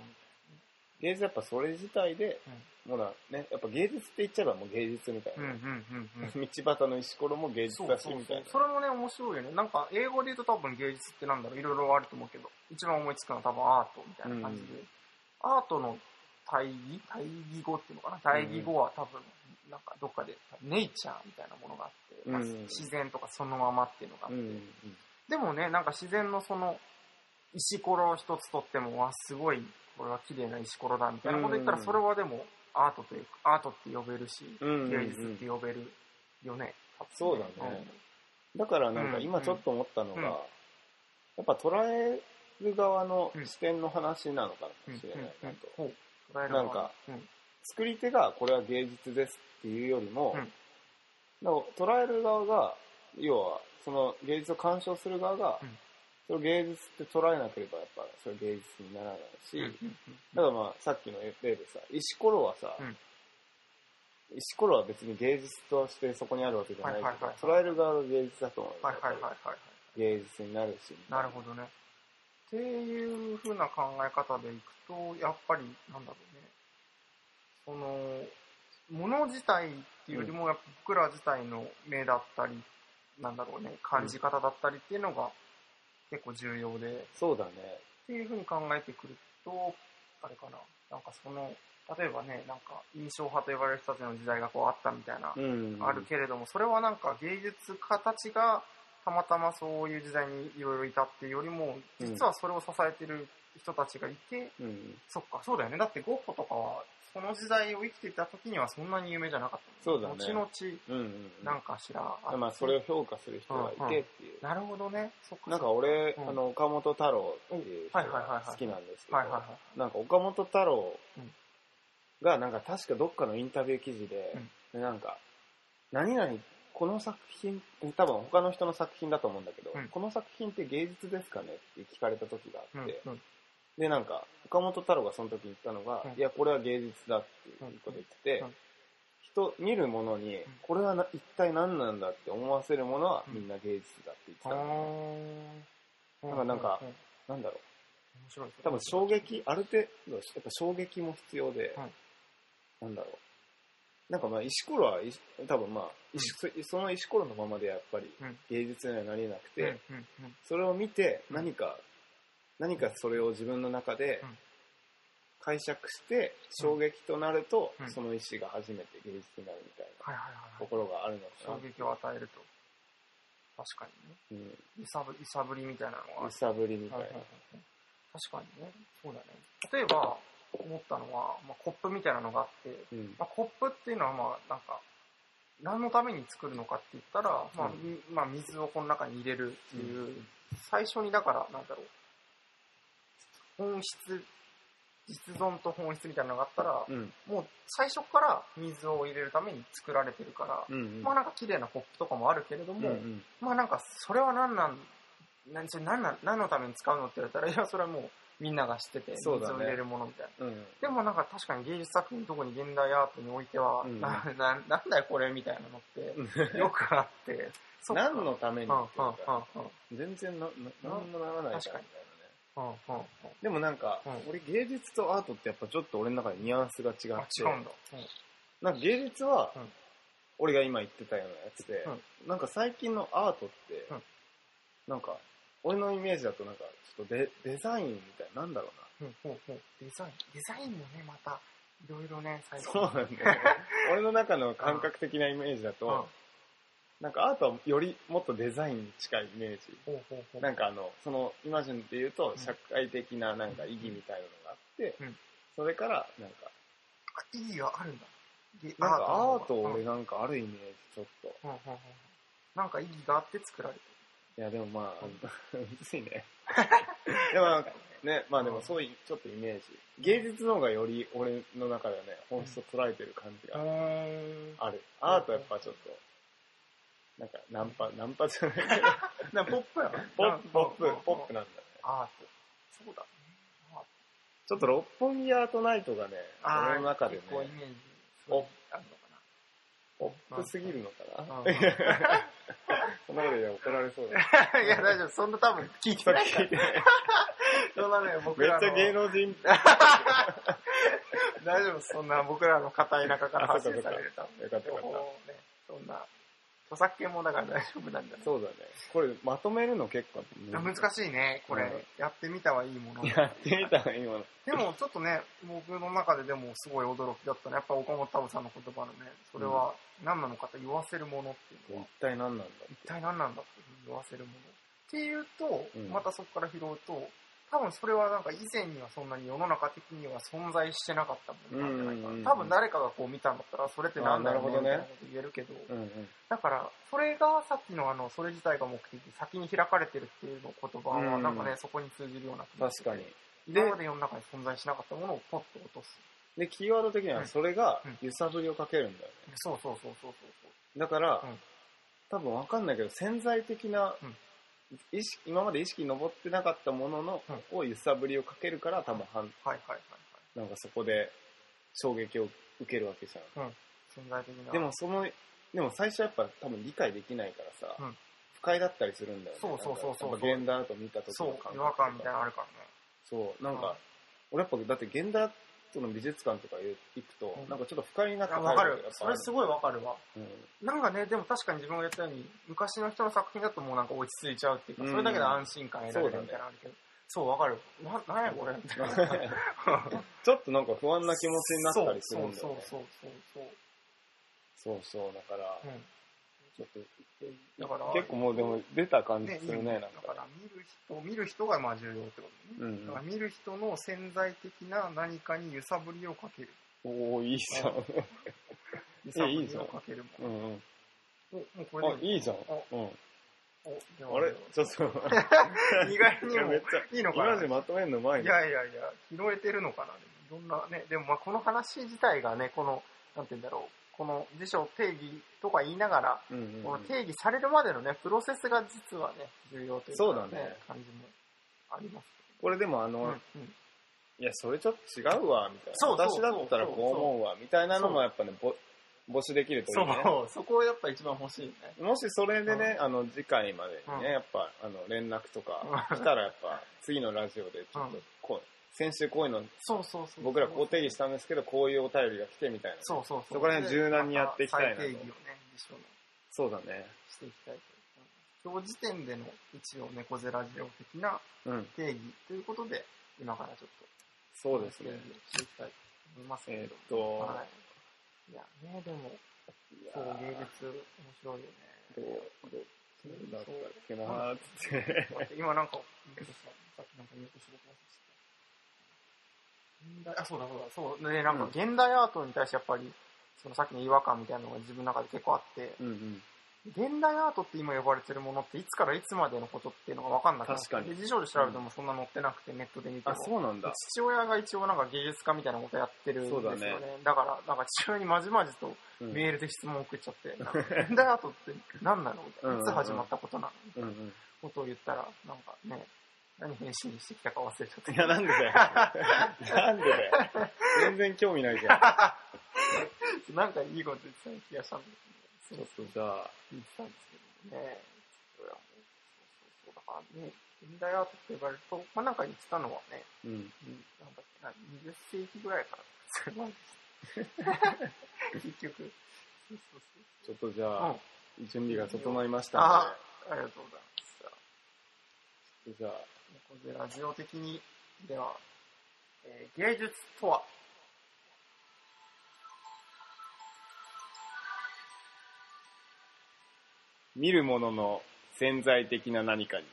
芸術やっぱそれ自体で、もうなね、やっぱ芸術って言っちゃえばもう芸術みたいうんうんな。うんうん。道端の石ころも芸術そうだしそうみそたいうな。。それもね、面白いよね。なんか、英語で言うと多分芸術ってなんだろう、いろいろあると思うけど、一番思いつくのは多分アートみたいな感じで。うアートの対義対義語っていうのかな対義語は多分、なんかどっかで、ネイチャーみたいなものがあって、うんまあ自然とかそのままっていうのがあっうて、んうんでもね、なんか自然のその、石ころを一つ取っても、わ、すごい、これは綺麗な石ころだ、みたいなこと言ったら、うんそれはでも、アートというか、アートって呼べるし、うんうんうん芸術って呼べるよね。そうだね。だからなんか今ちょっと思ったのが、うんやっぱ捉える側の視点の話なのかうん。もしれないなと。ほう捉える側なんかうん、作り手がこれは芸術ですっていうよりも、うんなんか捉える側が、要はその芸術を鑑賞する側が、うんその芸術って捉えなければやっぱそれ芸術にならないし、うんうんだからまあ、さっきの例でさ、石ころはさ、うん石ころは別に芸術としてそこにあるわけじゃないけど、はいはいはい捉える側が芸術だと思う。はいはいはいはい。芸術になるし。なるほどね。っていう風な考え方でいくと、やっぱり、なんだろうね。その、もの自体っていうよりも、やっぱ僕ら自体の目だったり、なんだろうね、感じ方だったりっていうのが結構重要で、っそうだね。ていう風に考えてくると、あれかな、なんかその、例えばね、なんか印象派と呼ばれる人たちの時代がこうあったみたいなうん。あるけれども、それはなんか芸術家たちがたまたまそういう時代にいろいろいたっていうよりも、うん実はそれを支えてる人たちがいて、うん。そっか、そうだよね。だってゴッホとかは、その時代を生きていた時にはそんなに有名じゃなかったそうだもんね。後々、うんうんうん。なんかしらあってまあ、それを評価する人がいてっていう。なるほどね。そっか。なんか俺、うんあの、岡本太郎っていう人はいはいはいはがい好きなんですけどはい、はいはなんか岡本太郎が、なんか確かどっかのインタビュー記事で、でなんか、何々、この作品、多分他の人の作品だと思うんだけど、うんこの作品って芸術ですかねって聞かれた時があっい。て、うんうんで、なんか、岡本太郎がその時言ったのが、うんいや、これは芸術だっていうこと言ってて、うんうん人、見るものに、これはな一体何なんだって思わせるものはみんな芸術だって言ってたあの、ーなんかなんかううなんだろうう。ん面白いですね多分衝撃、ある程度、やっぱ衝撃も必要で、はいなんだろう。なんかまあ、石ころは、い多分まあ、石その石ころのままでやっぱりうん芸術にはなれなくて、うんうんうんそれを見て、うん何か、何かそれを自分の中でうん解釈して、衝撃となると、うんその石が初めて芸術になるみたいはないはいはいとはい。ころがあるの衝かな。撃を与えると。確かにね。うん。揺さぶ揺さぶりみたいなのがあ揺るさぶりみたいはな。いはいはい確かにね。そうだね。例えば、思ったのは、まあ、コップみたいなのがあって、うん。まあ、コップっていうのは、まあ、なんか、何のために作るのかって言ったら、まあ、うんみまあ、水をこの中に入れるっていう、うん最初にだから、なんだろう、本質、実存と本質みたいなのがあったら、うん。もう最初から水を入れるために作られてるから、うんうん。まあなんか綺麗なコップとかもあるけれどうんうも、ん。まあなんかそれは何なん、何それ何なん何のために使うのって言われたら、いやそれはもうみんなが知ってて、水そをうだね入れるものみたいな。うん。でもなんか確かに芸術作品、特に現代アートにおいては、うんなななんだよこれみたいなのって、よくあって、そっか 何のためうにんうんうんっていうかうん全然な、な、なんもならないからみたいなね。うんうんうんでもなんか、うん俺芸術とアートってやっぱちょっと俺の中でニュアンスが違って、あ、違うんだ。なんか芸術は、うん俺が今言ってたようなやつで、なんか最近のアートって、うんなんか、俺のイメージだとなんか、ちょっとデデザインみたいな、なんだろうんうんうんうんデザイン、デザインもね、また、いろいろね、う最な。近。そうなんだよね。 俺の中の感覚的なイメージだと、うんなんかアートはよりもっとデザインに近いイメージ。ほうほうほうなんかあの、その、イマジンっていうとう、ん社会的ななんか意義みたいなのがあって、うんそれから、なんか、あ意義があるんだ。でなんかアのート方が俺なんかあるイメージ、ちょっと。うんうんうんうんなんか意義があって作られていや、でもまあ、ううん つ いね。でもなんかね、まあでうもんそういう、ちょっとイメージ。芸術の方がより俺の中ではね、本質を捉えてる感じる。がん。ある。アートはやっぱちょっと、なんかナンパ、ナンパじゃないけど、なポップやな。ポップ、ポップ、ポップな。なんだね。アート。そうだね。ちょっと六本木アートナイトがね、ー俺の中でね結、構イメージ。おあるポップすぎるのかなのかな。 そんなことで怒られそうだね。いや、大丈夫。そんな 多分聞いてない から。そんなね、僕めっらの。ちゃ芸能人、大丈夫。そんな僕らの固い中からあ発そっ信かそっかされる。多分よかった情よか報った。をね、そんな。著作権もだから大丈夫なんだね。そうだね。これ、まとめるの結構難ししいね、こうんれ。やってみたはいいものの。やってみたら今の。でもちょっとね、僕の中ででもすごい驚きだったね。やっぱ岡本太郎さんの言葉のね、それは何なのかと言わせるものっていうのは一、体何なんだ一体何なんだっていうふうに言わせるもの。っていうとうん、またそこから拾うと、多分それはなんか以前にはそんなに世の中的には存在してなかったものなんじゃないかうんうんうんな。多分誰かがこう見たんだったら、それって何だろうねあーみなたいなるこほどねと言えるけど、うんうん。だから、それがさっきのあの、それ自体が目的、先に開かれてるっていうの言葉は、なんかうね、そこに通じるような気がす確るかに。。今まで世の中に存在しなかったものをポッと落とす。で、キーワード的にうはんそれがうん揺さぶりをかけるんだよね。そうそうそうそうそうだからうん、多分わかんないけど、潜在的なうん、意識、今まで意識に上ってなかったものの、を揺さぶりをかけるから、多分はん、そう。はいはいはなんかそこで衝撃を受けるわけじゃん。いはい。存在的な。でも、その、でも最初やっぱ多分理解できないからさうん、不快だったりするんだよね。そうそうそうそうなんかやっぱ現代アート見た時そのう、感違和感覚みとたいなのかあるからね。そう、なんか、うん俺やっぱ、だって現代アートの美術館とか行くと、うんなんかちょっと不快になってあわかるやっ。ぱそれすごいわかるわ。うんなんかね、でも確かに自分が言ったように、昔の人の作品だともうなんか落ち着いちゃうっていうか、うんそれだけで安心感得られるみたいなのあるけど。そう、わかる。な、なんやこ れみたいな。ちょっとなんか不安な気持ちになったりするんだよね。そうそうそうそうそう。そうそうだから、うん。ちょっとだから、結構もうでも出た感じね、するね、なんかだ。から見る人を見る人がまあ重要ってことうね。んだから見る人の潜在的な何かに揺さぶりをかける。うん。おおいいじゃ揺ん。さぶりをかけるうもの。んうん。おもうこあれ、でいいいいじゃん。おうん。おではあれちょ っと。意外いにやもめっちゃ。いいのか今なまでまとめんのうまいいね。やいやいや、拾えてるのかな、でもいろんなね、でもまあこの話自体がね、この、なんて言うんだろう、この辞書定義とか言いながら、うんうんこうのん。定義されるまでのね、プロセスが実はね、重要というか、そうだね感じもあります。これでもあうんうの、んいや、それちょっと違うわ、みたいな。そうそうそう私だったらこう思うわ、みたいなのもやっぱね、ぼ募集できるとそいうね。う、そこやっぱ一番欲しいね。もしそれでね、あの、次回までにね、うんやっぱ、あの、連絡とかうん来たらやっぱ、次のラジオでちょっと、こう、先週こういうの、 そうそうそう。僕らこう定義したんですけど、こういうお便りが来てみたいな。そうそうそう。そこら辺柔軟にやっていきたいなと再定義をね、辞書のそうだね。していきたいと思います。今日時点での一応猫背ラジオ的なうん。定義ということで、今からちょっと。そうですね。していきたいと思いますけれえーどっと、はい。いやね、でも、いやそう、ー芸術、面白いよね。どう、どう、どうだったっけなーって。待って今なんか、言うとしたさっきなんか言うとしたこと忘れてた現代あ、そうだそうだ、そう。ね、なんか現代アートに対してやっぱり、そのさっきの違和感みたいなのが自分の中で結構あって、 うんうん。現代アートって今呼ばれてるものっていつからいつまでのことっていうのが分かんなくなって確かでに辞書で調べてもそんな載ってなくて、ネットで見てあ、も。そうなんだ。父親が一応なんか芸術家みたいなことやってるんですよね。そうだだねから、なんか父親にまじまじとうんメールで質問を送っちゃ って、現代アートって何なのみたいうんうな。んういんつ始まったことなのみたいうんなうん。ことを言ったら、なんかね、何返信してきたか忘れちゃった。いや、なんでだよ。なんでだよ。全然興味ないじゃん。 なんかいいこと言ってたような気がしたんですけちど、ょっそうとじゃあ、言ってたんですけどね。それはもうそうそうそうだからね、現代アートって言われると、まあなんか言ってたのはね、うん。なんだっけな、20世紀ぐらいから、それなんです。結局、そうそうそう。ちょっとじゃあ、準備が整いましたあありがとうございます。じゃあので、じゃあ、猫背ラジオ的に、では、えー芸術とは見るものの潜在的な何かに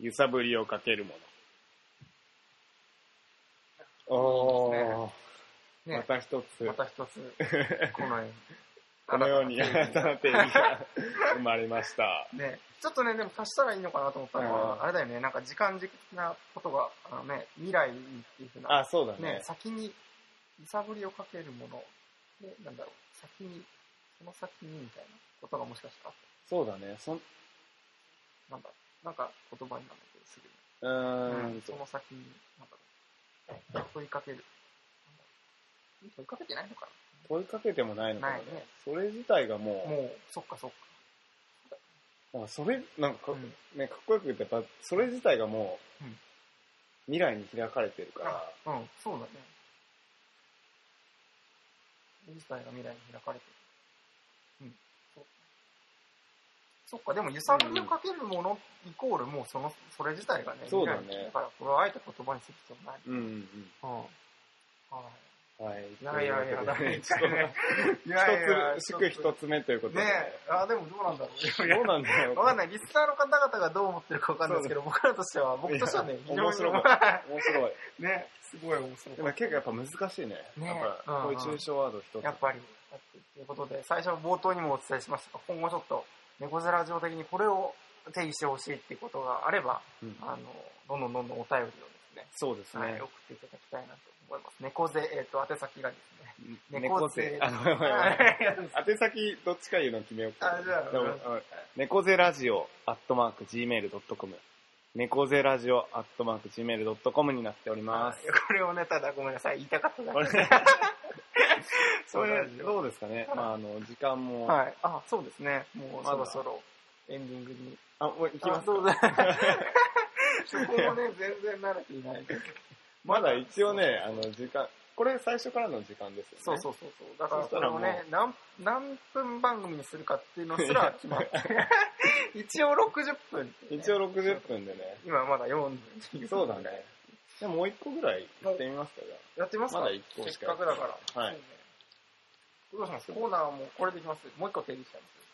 揺さぶりをかけるもの。おー、ね また一つ、また一つ、この絵。このように新たな定義が生まれま した。ね、ちょっとね、でも足したらいいのかなと思ったのうんは、あれだよね、なんか時間軸的なことが、あのね、未来にっていうふうな、あ、そうだねね、。先に揺さぶりをかけるもの、ね、なんだろう、先に、その先にみたいなことがもしかしたら、そうだね。そんなんだ、なんか言葉になるんだけど、すぐに。うーうんん、、その先に、なんだろう、問いかける。なんだろう問いかけてないのか問いかけてもないのかもねないね。それ自体がもなう、もう、そっかそっか。あそれ、なんかか,、うんね、かっこよく言って、やっぱそれ自体がもう、うん未来に開かれてるから、うん、そうだね。自体が未来に開かれてる。うん、そう。そっか、でも揺さぶりをかけるものイコールもうその、それ自体がね、そうだね未来に来るから、これはあえて言葉にする必要ない。うんうんうん。はうん。はい。い。いやいやいや、とうだことでめ ね一ちょっ回ね。いやいやと、一つ、祝一つ目ということで。ねえ、あ、でもどうなんだろう。どうなんだろう。わかんない。リスナーの方々がどう思ってるかわかんないですけど、僕らとしては、僕としてはね、非常に 面白い面白い。 ね、すごい面白でいも。結構やっぱ難しいね。ねやっぱ、こういう抽象ワード一つ。やっぱり、だってということで、最初冒頭にもお伝えしましたが、今後ちょっと、猫背ラジオ的にこれを定義してほしいっていうことがあれば、うんあの、どんどんどんどんお便りをですね、そうですはい、ね送。っていただきたいなと思います。猫背、えっ、と、宛先がですね。猫背。あの、ごめんごめんはい宛先どっちか言うの決めようか。あじゃあでもうん猫背ラジオアットマーク Gmail.com。猫背ラジオアットマーク Gmail.com になっております。これをね、ただごめんなさい、言いたかっただこけ。れ、そそうなんれですよどうですかね。まあ、あの、時間も、はい。あ、そうですね。もうまそだろそろエンディングに。あ、もう行きますあそうだ。 そこもね、全然慣れていない。まだ一応ね、あの、時間、これ最初からの時間ですよね。。そうそううそうそう。だからそしたこられもうをね、何、何分番組にするかって いうのす ら決まって。一応60分、一応60分でね。今まだ40。そうだ。ね。じゃあもう一個ぐらい行ってみますか、じゃやってみますかまだ一個しかせっかくだから。はいそうね。どうしますコーナーはもうこれでいきますもう一個定義しちゃいます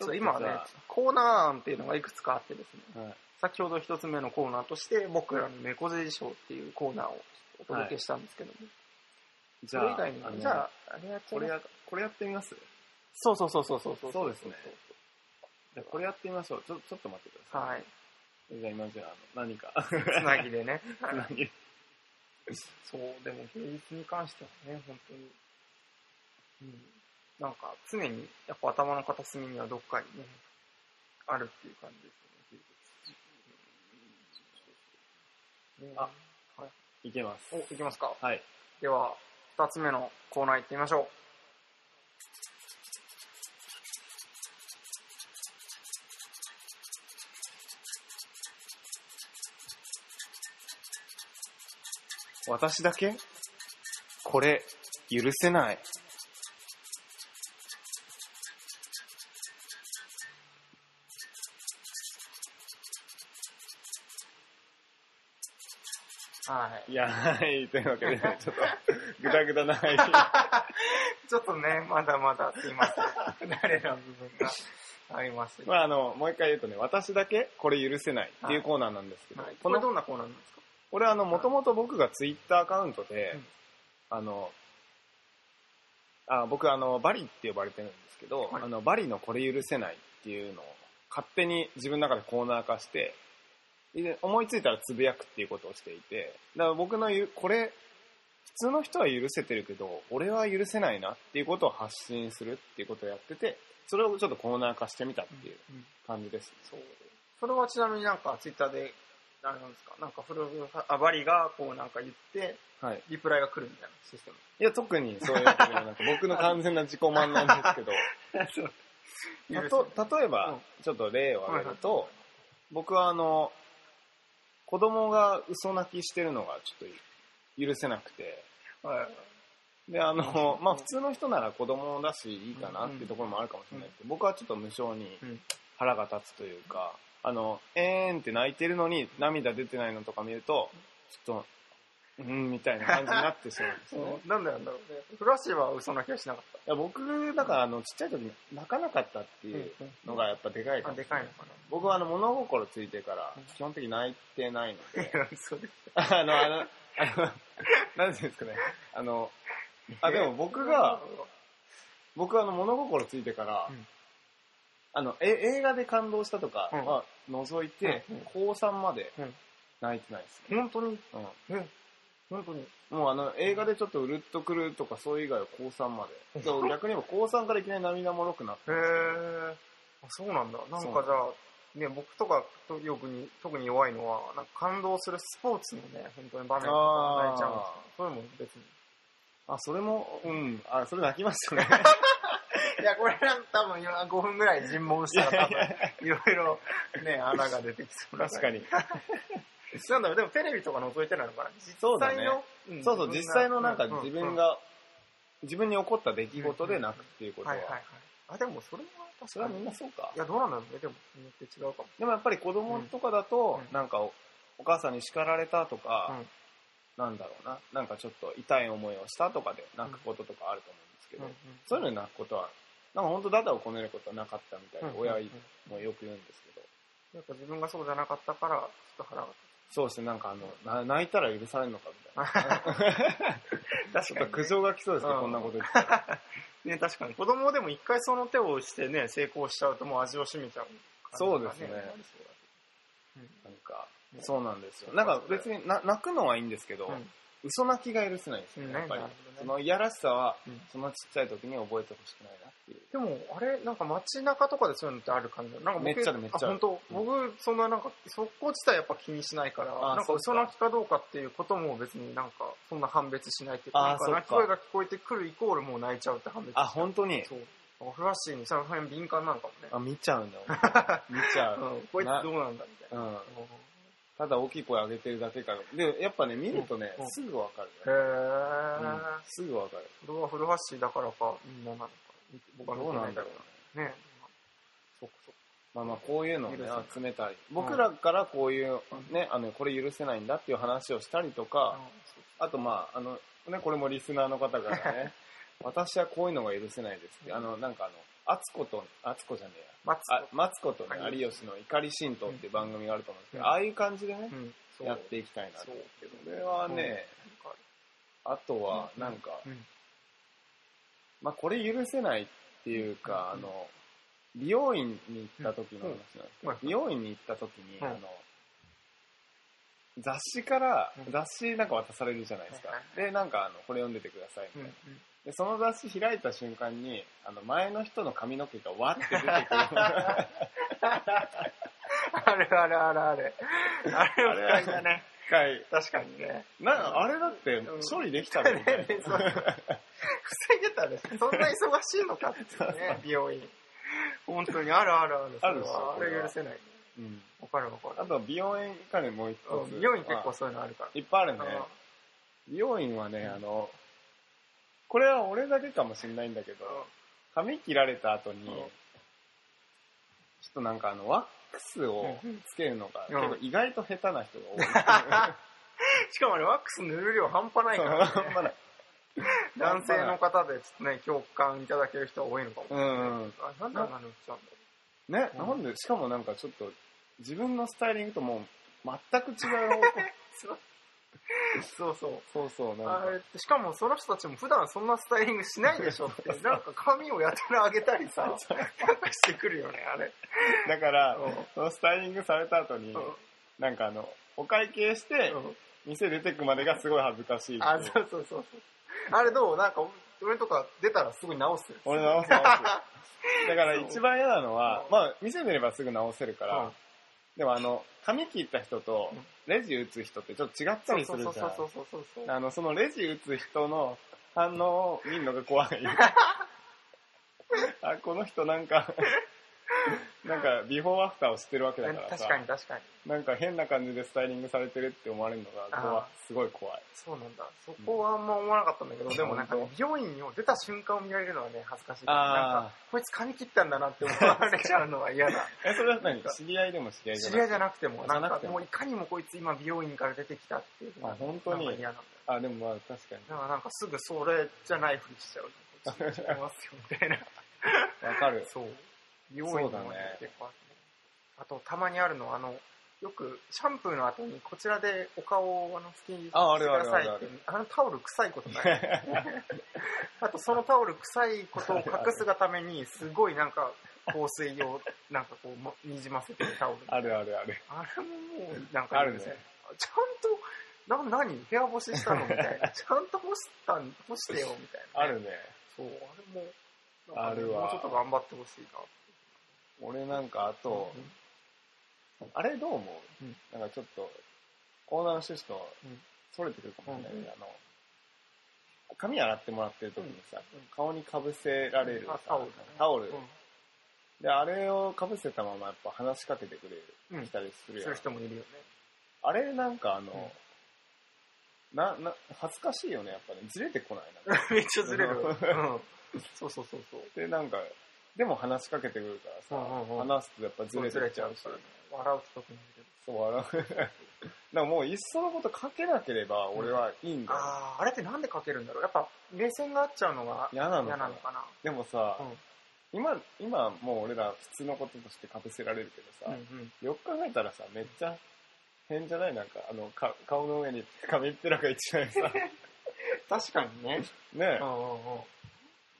そうだ今はねちょっとさ、コーナー案っていうのがいくつかあってですね、はい先ほど一つ目のコーナーとして、僕らの猫背ショーっていうコーナーをお届けしたんですけども、じそゃれあ以外にあのも、じゃあ、あれやっちゃこいれますやこれやってみますそうそうそうそうそうそう。そうですねじゃあこれやってみましょうちょちょっと待ってください、はい。じゃあ今じゃああの何かつなぎでね。はいつなぎそう、でも平日に関してはね、本当に。うん。なんか、常に、やっぱ頭の片隅にはどっかにね、あるっていう感じですよね、平日。ねあいけますお、いきますか。はいでは、二つ目のコーナー行ってみましょ私だけこれ許せないう。はい。いやはいというわけでね、ちょっとグダグダな入り ちょっとね、まだまだすいませ ん。慣れな部分があります。まああのもう一回言うとね私だけこれ許せないっていうコーナーなんですけど、はい、ここれのどんなコーナーなんですかこれあの、もともと僕がツイッターアカウントで、うんあの、あ僕あの、バリって呼ばれてるんですけど、はいあの、バリのこれ許せないっていうのを勝手に自分の中でコーナー化して、で思いついたらつぶやくっていうことをしていて、だから僕の言う、これ、普通の人は許せてるけど、俺は許せないなっていうことを発信するっていうことをやってて、それをちょっとコーナー化してみたっていううん感じです。そう。それはちなみになんかツイッターで、あれなんですか、なんかフログ、あ、バリがこうなんか言って、はい。リプライが来るみたいなシステム。いや、特にそういうわけではなく、僕の完全な自己満なんですけど、 そう。たと例えば、うんちょっと例を挙げると、僕はあの子供が嘘泣きしてるのがちょっと許せなくてはい。であの、うんまあ、普通の人なら子供だしいいかなっていうところもあるかもしれないけど、僕はちょっと無性にうん腹が立つというか、あのえーんって泣いてるのに涙出てないのとか見るとちょっとうんみたいな感じになってしまうんですよね。 そう。なんでなんだろうね。フラッシュは嘘泣きはしなかっいや僕だからあのちっちゃい時に泣かなかったってた。いうのがやっぱでかいかあ、もしでれかないいのか僕はあの物心ついてからうん基本的に泣いてないの で、な。そうです。あの、あの、あの、なんていうんですかね、あの、あ、でも僕が、、僕はあの物心ついてからうん、あの、え映画で感動したとかうんは除いてうんうん、高3までうん泣いてないですね。本当に、うね、本当に。んもうあの、映画でちょっとうるっとくるとか、そういう以外は高3まで。そう逆に言えば高3からいきなり涙もろくなってへー。あそうなんだ。なんかじゃあ、ね、僕とかとよくに、特に弱いのは、なんか感動するスポーツのね、本当に場面とか泣いちゃうんですよあーそれも別に。あ、それも、うん、あ、それ泣き ましたね。いや、これなんか多分今5分ぐらい尋問したら多分、いろいろね、穴が出てきそう確かに。に。なんだろう、でもテレビとか覗いてないのかなそうだね。実際の、んそうそう、実際のなんか自分、がが、自分に起こった出来事で泣くっていうこうんとはは、いはいはい。あ、でもそれはそ確かれはみに。んないそうか。や、どうなんだろうね。でも、によって違うかも。でもやっぱり子供とかだと、うんなんかおお母さんに叱られたとうかん、なんだろうな、なんかちょっと痛い思いをしたとかで泣くこととかあると思うんですけど、そういうのに泣くことは、なんか本当だだをこねることはなかったみたいで、親うんもよく言うんですけど、なんか自分がそうじゃなかったから、ちょっと腹がそうしてなんかあの、な泣いたら許されるのかみたいな。立つ。ちょっと苦情が来そうですね、うんこんなこと言ったら。ね、確かに。子供でも一回その手をしてね、成功しちゃうともう味を占めちゃう感じが。そうですねありそうだけどうんなんか、うんそうなんですよ。なんか別にな泣くのはいいんですけど、うん嘘泣きが許せないですうんね、やっぱりな。るほどねそのいやらしさは、うんそのちっちゃい時に覚えてほしくないなっていう。でも、あれ、なんか街中とかでそういうのってある感じだなんか僕めっちゃあるめっちゃあるあ、本当僕、そんななんか、速攻自体やっぱ気にしないから、あなんかそっか嘘泣きかどうかっていうことも別になんか、そんな判別しないっていうか、あなんかそっか泣き声が聞こえてくるイコールもう泣いちゃうって判別。あ、本当にそう。なんかフラッシーにその辺敏感なのかもね。あ、見ちゃうんだ。 見ちゃう。うん、こいつどうなんだみたいな。うん。ただ大きい声上げてるだけかな。で、やっぱね、見るとねう、んすぐわかるへね、ー。うんすぐわかる。それはフルハッシーだからか、みんななのか。僕は見どうてなないんんだだろろうね。うね。そっかそっか。まあまあ、こういうのをね許せない、集めたり。僕らからこういう、ね、あの、これ許せないんだっていう話をしたりとうんか、そうあとまあ、あの、ね、これもリスナーの方からね、私はこういうのが許せないですって、あの、なんかあの、敦子と、敦子じゃねえや。マツコあ、マツコとねは、い有吉の怒り神道っていう番組があると思うんですけど、うんああいう感じでねう、ん。そうやっていきたいなと。そうけどこれはね、あとは、なんか、うんまあこれ許せないっていうか、あの、美容院に行った時の話なんですけどうんはい美容院に行った時に、うんあの、雑誌からう、ん雑誌なんか渡されるじゃないですかはいは。で、なんかあの、これ読んでてくださいみうたいんな。で、その雑誌開いた瞬間に、あの、前の人の髪の毛がわって 出てくる。あれあれあれあれ。あれは不快だね。はい。確かにね。な、あれだってうん処理できたのみたいな。 そう防げたね。そんな忙しいのかっていうね、美容院。本当にあるあるある。それあるっすよはあれ許せない。うんわかるわかあとは美容院以下でもう一る。うんつ。美容院結構そういうのあるから。いっぱいああるね。美容院はね、あの、これは俺だけかもしれないんだけど、髪切られた後に、ちうんょっとなんかあの、ワックスをうんつけるのが、うん結構意外と下手な人のがしかもあれワックス塗る量半端な多い。いそからうね、あん まない男性の方でちょっとね、共感いただける人が多いのかも。うん。あ、なんであんなの言っちゃうんだね、うんなんで、しかもなんかちょっと、自分のスタイリングともう、全く違う 方向。そうそうそう。そうそう、なんあか。れってしかもその人たちも普段そんなスタイリングしないでしょって、 なんか髪をやたら上げたりさ、なんか してくるよね、あれ。だからうん、そのスタイリングされた後にう、んなんかあの、お会計して、うん店出てくまでがすごい恥ずかしいっていう。あ、そうそうそうそう。あれどうなんか俺とか出たらすぐ直すよ。俺直す直 す。だから一番嫌なのはう、んまあ、店出ればすぐ直せるかうらん、でもあの、髪切った人とうん、レジ打つ人ってちょっと違ったそりうすそうるそうじそゃ。うんそうそうそう。あの、そのレジ打つ人の反応を見るのが怖 い。あ、この人なん か、なんかビフォーアフターを知ってるわけだから確さ、かに確かに。なんか変な感じでスタイリングされてるって思われるのが怖いあ、すごい怖い。そうなんだ。そこはあんま思わなかったんだけど、うんでもなんか、ね本、美容院を出た瞬間を見られるのはね、恥ずかしいから。なんかあこいつ髪切ったんだなって思われちゃうのは嫌だ。あ。え、それは何知り合いでも知り合いじゃ知ないり合いじゃなくても、じなゃんなくかてももういかにもこいつ今美容院から出てきたっていうのがあ本当になんか嫌なんだよ。あ、でもまあ確かに。だからなんかすぐそれじゃないふりしちゃう。こっち違いますよ、みたいな。わかる。そう。美容院のものって結構あるね。あと、たまにあるのは、あの、よくシャンプーの後にこちらでお顔をあの、好きにしてくああるだあるさあいってるあるいうあのタオル臭いことない。 あと、そのタオル臭いことを隠すがために、すごいなんか、香水をなんかこうも、にじませてるタオル。あるあるある。あれももう、なんかいいですあるねちゃんと、な、何部屋干ししたのみたい な。ちゃんと干したん、干してよ、みたいな。あるね。そう、あれも、なんかねあるわもうちょっと頑張ってほしいな。俺なんかあと、うんあれどう思う、うんなんかちょっと、オーナーの趣旨とうん、それてくるかもしれないうんけど、あの、髪洗ってもらってる時にさ、うんうん顔にかぶせられるさあタオルねタオルうで、あれをかぶせたままやっぱ話しかけてくれる、うん来たりすん。るすやんる。人もいるよね。 あれなんかあの、な、な、恥ずかしいよね、やっぱね。ずれてこないな。めっちゃずれる。ううんん。そうそうそうそう。で、なんか、でも話しかけてくるからさ、うんうんうん話すとやっぱずそうれずてれっちちゃゃううしし。。笑うと時にずれる。そう、笑 う。だからもういっそのことかけなければ俺はいいんだよ。ああ、あれってなんでかけるんだろうやっぱ、目線が合っちゃうのが嫌なの嫌かななの。かな。でもさ、うん今、今もう俺ら普通のこととしてかぶせられるけどうんさ、うん。よく考えたらさ、めっちゃ変じゃないなんか、あの、か顔の上に 紙っぺらが一枚 さ、ね確かにね。えうんうんうん。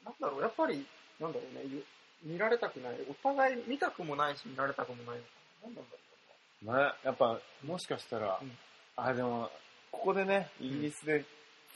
なんだろう、やっぱり、なんだろうね、ゆ見られたくない。お互い見たくもないし、見られたくもない。なんなんだろねやっぱ、もしかしたら、うんあ、でも、ここでね、イギリスで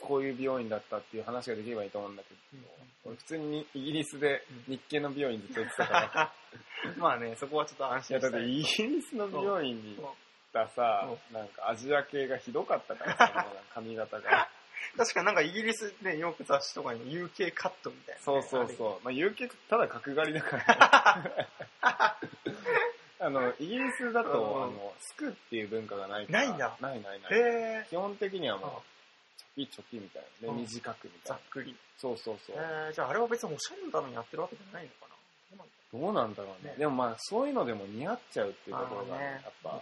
こういう美容院だったっていう話ができればいいと思うんだけど、うね。俺普通にイギリスでうん日系の美容院ずっと行ってたから、 まあね、そこはちょっと安いや心だしったてい。イギリスの美容院に行そうったさうん、なんかアジア系がひどかったか らさ、もう髪型が。確かになんかイギリスね、よく雑誌とかに UK カットみたいなね、そうそうう。そう。まあ、有機ただ角刈りだから、 あの、イギリスだと、うんあの、すくっていう文化がないから。ないんだないないない。へえ。基本的にはあもう、チョキチョキみたいな。うで、ん短くみたざいっな。くり。そうそうそう。えー、じゃああれは別におしゃれのためにやってるわけじゃないのかな。そうなんだどうなんだろうねね。でもまあ、そういうのでも似合っちゃうっていうところがね、あーやっぱ、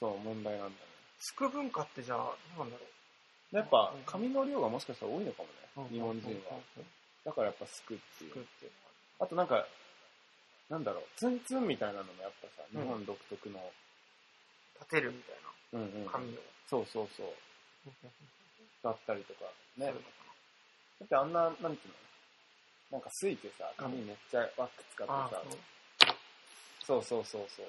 そう、問題なんだね。すく文化ってじゃあ、どうなんだろやっぱうん、髪の量がもしかしたら多いのかもう。ね、日本人は。だからやっぱ、すくっていすくっう。ていうあとなんか、なんだろう、ツンツンみたいなのもやっぱさ、うん日本独特の、立てるみたいうんうんな、紙を。そうそうそう、だったりとか、ね。そうだってあんな、なんていうのなんかすいてさ、紙めっちゃワック使ってあさあ、そうそうそうそう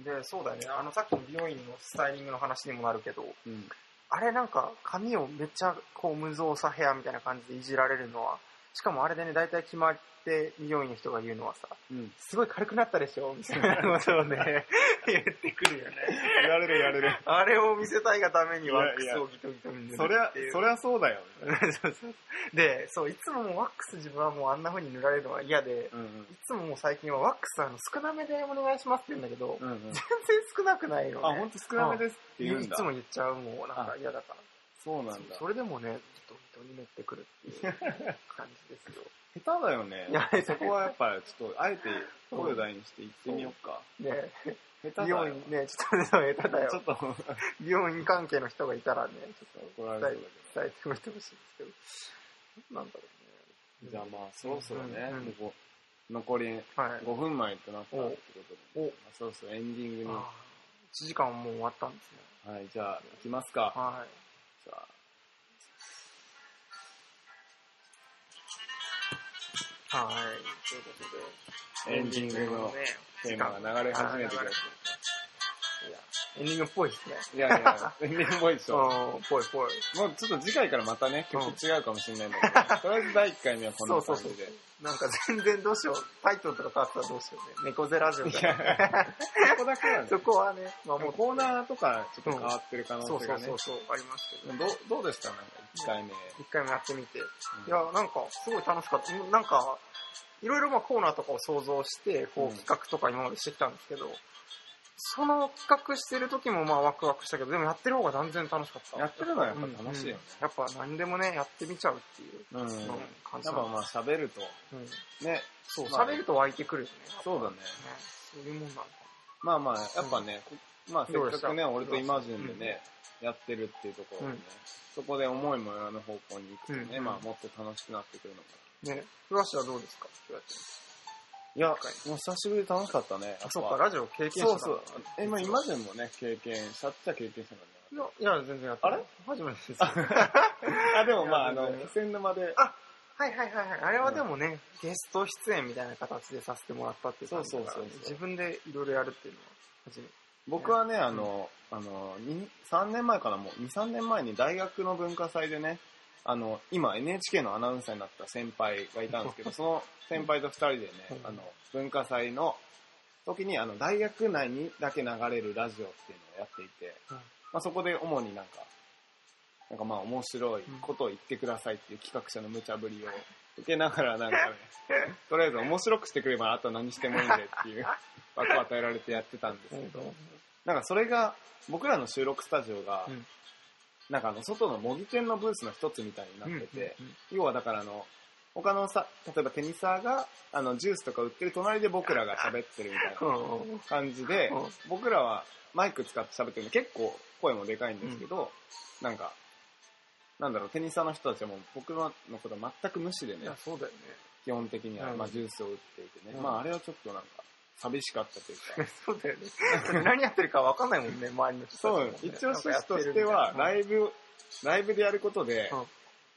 そう。で、そうだよね。あの、さっきの美容院のスタイリングの話にもなるけど、うん。あれなんか髪をめっちゃこう無造作ヘアみたいな感じでいじられるのは、しかもあれでね、大体決まって美容院の人が言うのはさ、うん。すごい軽くなったでしょみたいなことを ね、言ってくるよね。言われる言われる。 あれを見せたいがためにワックいやいスやをギトギトに塗るっていう。そりゃ、そりゃそうだよ。そうそうそう で、そう、いつももうワックス自分はもうあんな風に塗られるのは嫌で、うんいつももう最近はワックスあの少なめでお願いしますって言うんだけど、うん。うんうん。全然少なくないの、あ、ね。ほんと少なめですって言うんいだ。つも言っちゃう、もうなんか嫌だから。そうなんだ。それでもね、ちょっと人に塗ってくる っていう感じですよ。下手だよねいや。そこはやっぱちょっと、あえて声を大にして行ってみようか。ね下手だ美容院よ。ね、ちょっとね、下手だ ちょよっ。と、怒美容院関係の人がいたらね、ちょっらとれそうだ伝けえ伝えておいてほしいんですけど。なんだろうね。ど。じゃあまあ、そろそろねうん、こう残りあ、はい。 5分前となったってことおでお、まあそろそろエンディングに。あー1時間もう終わったんですね。はい、じゃあ、行きますか。はい。じゃあはい。ということで、エンディングのねテーマが流れ始めてくださいやエンディングっぽいですね。い。いやいや、エンディングっぽいでしょ。うん、ぽいぽい。もうちょっと次回からまたね、曲違うかもしれないんだけど、とりあえず第1回目はこんな感じで。なんか全然どうしよう。タイトルとか変わったらどうしようね。猫背ラジオいじゃないや、そこだけなんだそこはね、まあももうう、コーナーとかちょっと変わってる可能そう性そがうね。そうそう、ありますけど。どうどうでしたなんか1回目。一回もやってみて。いうんや、なんか、すごい楽しかった。なんか、いろいろまあコーナーとかを想像して、こうんう企画とか今までしてきたんですけど、その企画してる時もまあワクワクしたけど、でもやってる方が断然楽しかった。やってるのはやっぱ楽しいよね。うんうんやっぱ何でもね、やってみちゃうっていううん。うんや感っじぱなのまあ喋ると、うんね。そう、まあ喋ると湧いてくるよね。そうだね。ねそういうもんなのかまあまあ、やっぱね、こまあせどうでっしかたくね、俺とイマジンでね、やってるっていうところでね、そこで思いもよらぬ方向に行くとね、うんまあもっと楽しくなってくるのかな。な。ね、ふわしはどうですかふわしいや、もう久しぶりで楽しかったね。やっぱあ、そっか、ラジオ経験者だそうそう。え、まあ、今でもね、経験したっちゃ経験したかいや、いや、全然やってないあれ初めてです。あら。あ、でもまあ、あいやの全、然気仙沼で。はいはいはいはい。あれはでもね、ゲスト出演みたいな形でさせてもらったっていう感じだから、そうそうそうそう自分でいろいろやるっていうのは初めて。僕はね、あの、あの、に3年前からもう、2、3年前に大学の文化祭でね、あの、今 NHK のアナウンサーになった先輩がいた んですけど、その先輩と2人でねうん、あの、文化祭の時に、あの、大学内にだけ流れるラジオっていうのをやっていて、うんまあ、そこで主になんか、なんかまあ面白いことを言ってくださいっていう企画者の無茶ぶりを受けながらな んかね、とりあえず面白くしてくればあとは何してもいいんでっていう枠を与えられてやってたんですけど、なんかそれが、僕らの収録スタジオが、うんなんかあの、外の模擬店のブースの一つみたいになってて、うんうん要はだからあの、他のさ、例えばテニサーが、あの、ジュースとか売ってる隣で僕らが喋ってるみたいなうんうん感じで、うん僕らはマイク使って喋ってるんで結構声もでかいんですけど、なんか、なんだろう、テニサーの人たちはもう僕らのことは全く無視でいねや、、そうだよ基本的には、うんまあジュースを売っていてね、うんまああれはちょっとなんか、寂しかったというか、ね。 そうだよね。何やってるかわかんないもんね、周りの人たちそもうね、なんです。一応趣旨としては、ライイブ、ライブでやることでうん、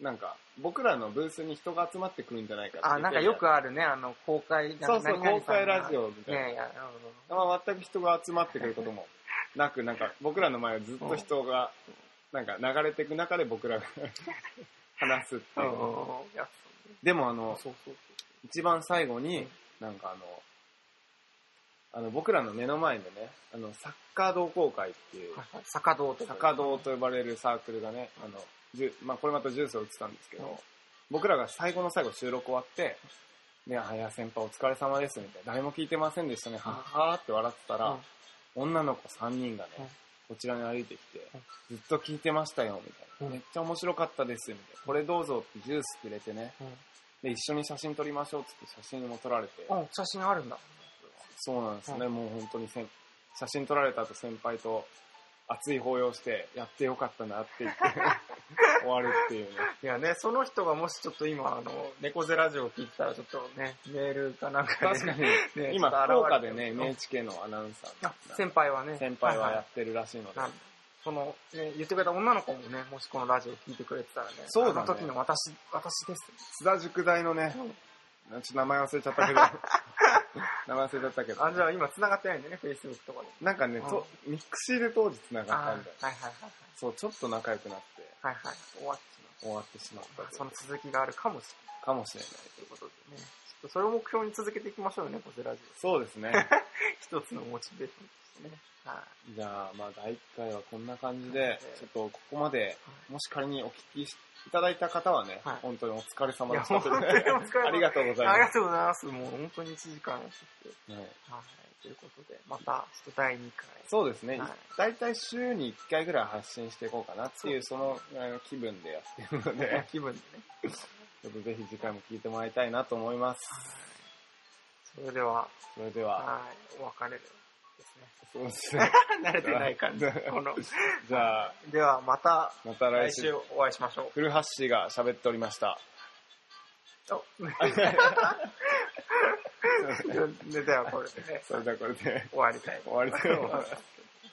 なんか、僕らのブースに人が集まってくるんじゃないかっていうあ、なんかよくあるね、あの、公開、そうそう、公開ラジオ。オみいたいな。やいや、なるほど。まあ、全く人が集まってくることもなく、なんか、僕らの前をずっと人が、なんか流れていく中で僕らが 話すってういんう。うんうん。いや、でもあの、そうそう一番最後に、なんかあの、あの、僕らの目の前でね、あの、サッカー同好会っていう、はいはい坂道とか。坂道と呼ばれるサークルがね、あの、ジュまあ、これまたジュースを打ってたんですけど、僕らが最後の最後収録終わって、ね、はや先輩お疲れ様ですみたいな、誰も聞いてませんでしたね、はっはーって笑ってたら、女の子3人がね、こちらに歩いてきて、ずっと聞いてましたよ、みたいうんな。めっちゃ面白かったです、みたいな。これどうぞってジュースくれてね、うん。で、一緒に写真撮りましょうってって写真も撮られて、うん、写真あるんだ。そうなんですね、もう本当にせん写真 撮られた後先輩と熱い抱擁してやってよかったなって言って終わるっていうね。いやね、その人がもしちょっと今、あの、猫背ラジオを聞いてたら、ちょっとね、メールかなんかで、確かに、ね今、ちょっと現福岡れてでね、NHK のアナウンサーあ先輩はね、先輩はいやいってるらしいので、なんその、ね、言ってくれた女の子もね、もしこのラジオ聞いてくれてたらね、そうだねあの時の私、私です。津田塾大のね、ちょっと名前忘れちゃったけど、 名前忘れちゃったけど、あ、じゃあ今繋がってないんでね、Facebook とかで。なんかね、うんとミクシーで当時繋あがはいったんだよ。はいはいはい。そう、ちょっと仲良くなってはいはい。終わっちま終わってしまったう。とその続きがあるかもしれないかもしれない。ということでね。ちょっとそれを目標に続けていきましょうね、猫背ラジそうですね。オ。一つのモチベーションとしてね。はい。じゃあ、まあ、第1回はこんな感じで、ちょっとここまで、もし仮にお聞きしいただいた方はね、はい本当にお疲れ様いでや、し本た当とにおい疲うね。れ様ありがとうございありまがとうございます。もう本当に1時間やってきて。す。はいはい。ということで、また、ちょっと第2回。そうですね、はい大体週に1回ぐらい発信していこうかなっていう、そのあの気分でやってるので、気分でね。ちょっとぜひ次回も聞いてもらいたいなと思います。それでは、それでは、はい。お別れですね。そうですね。慣れてない感じ。この。 じゃあ、では、また、また来来週、週お会いしましょ古橋が喋っておりまし た。う。おででは、これでね、それではこれで終わりたい。終わりたいと思います。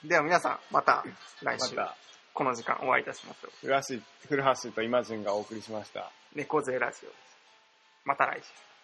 では皆さん、また来ま週、た、この時間お会いいたしましょう。古橋、古橋とイマジンがお送りしました。猫背ラジオです。また来週。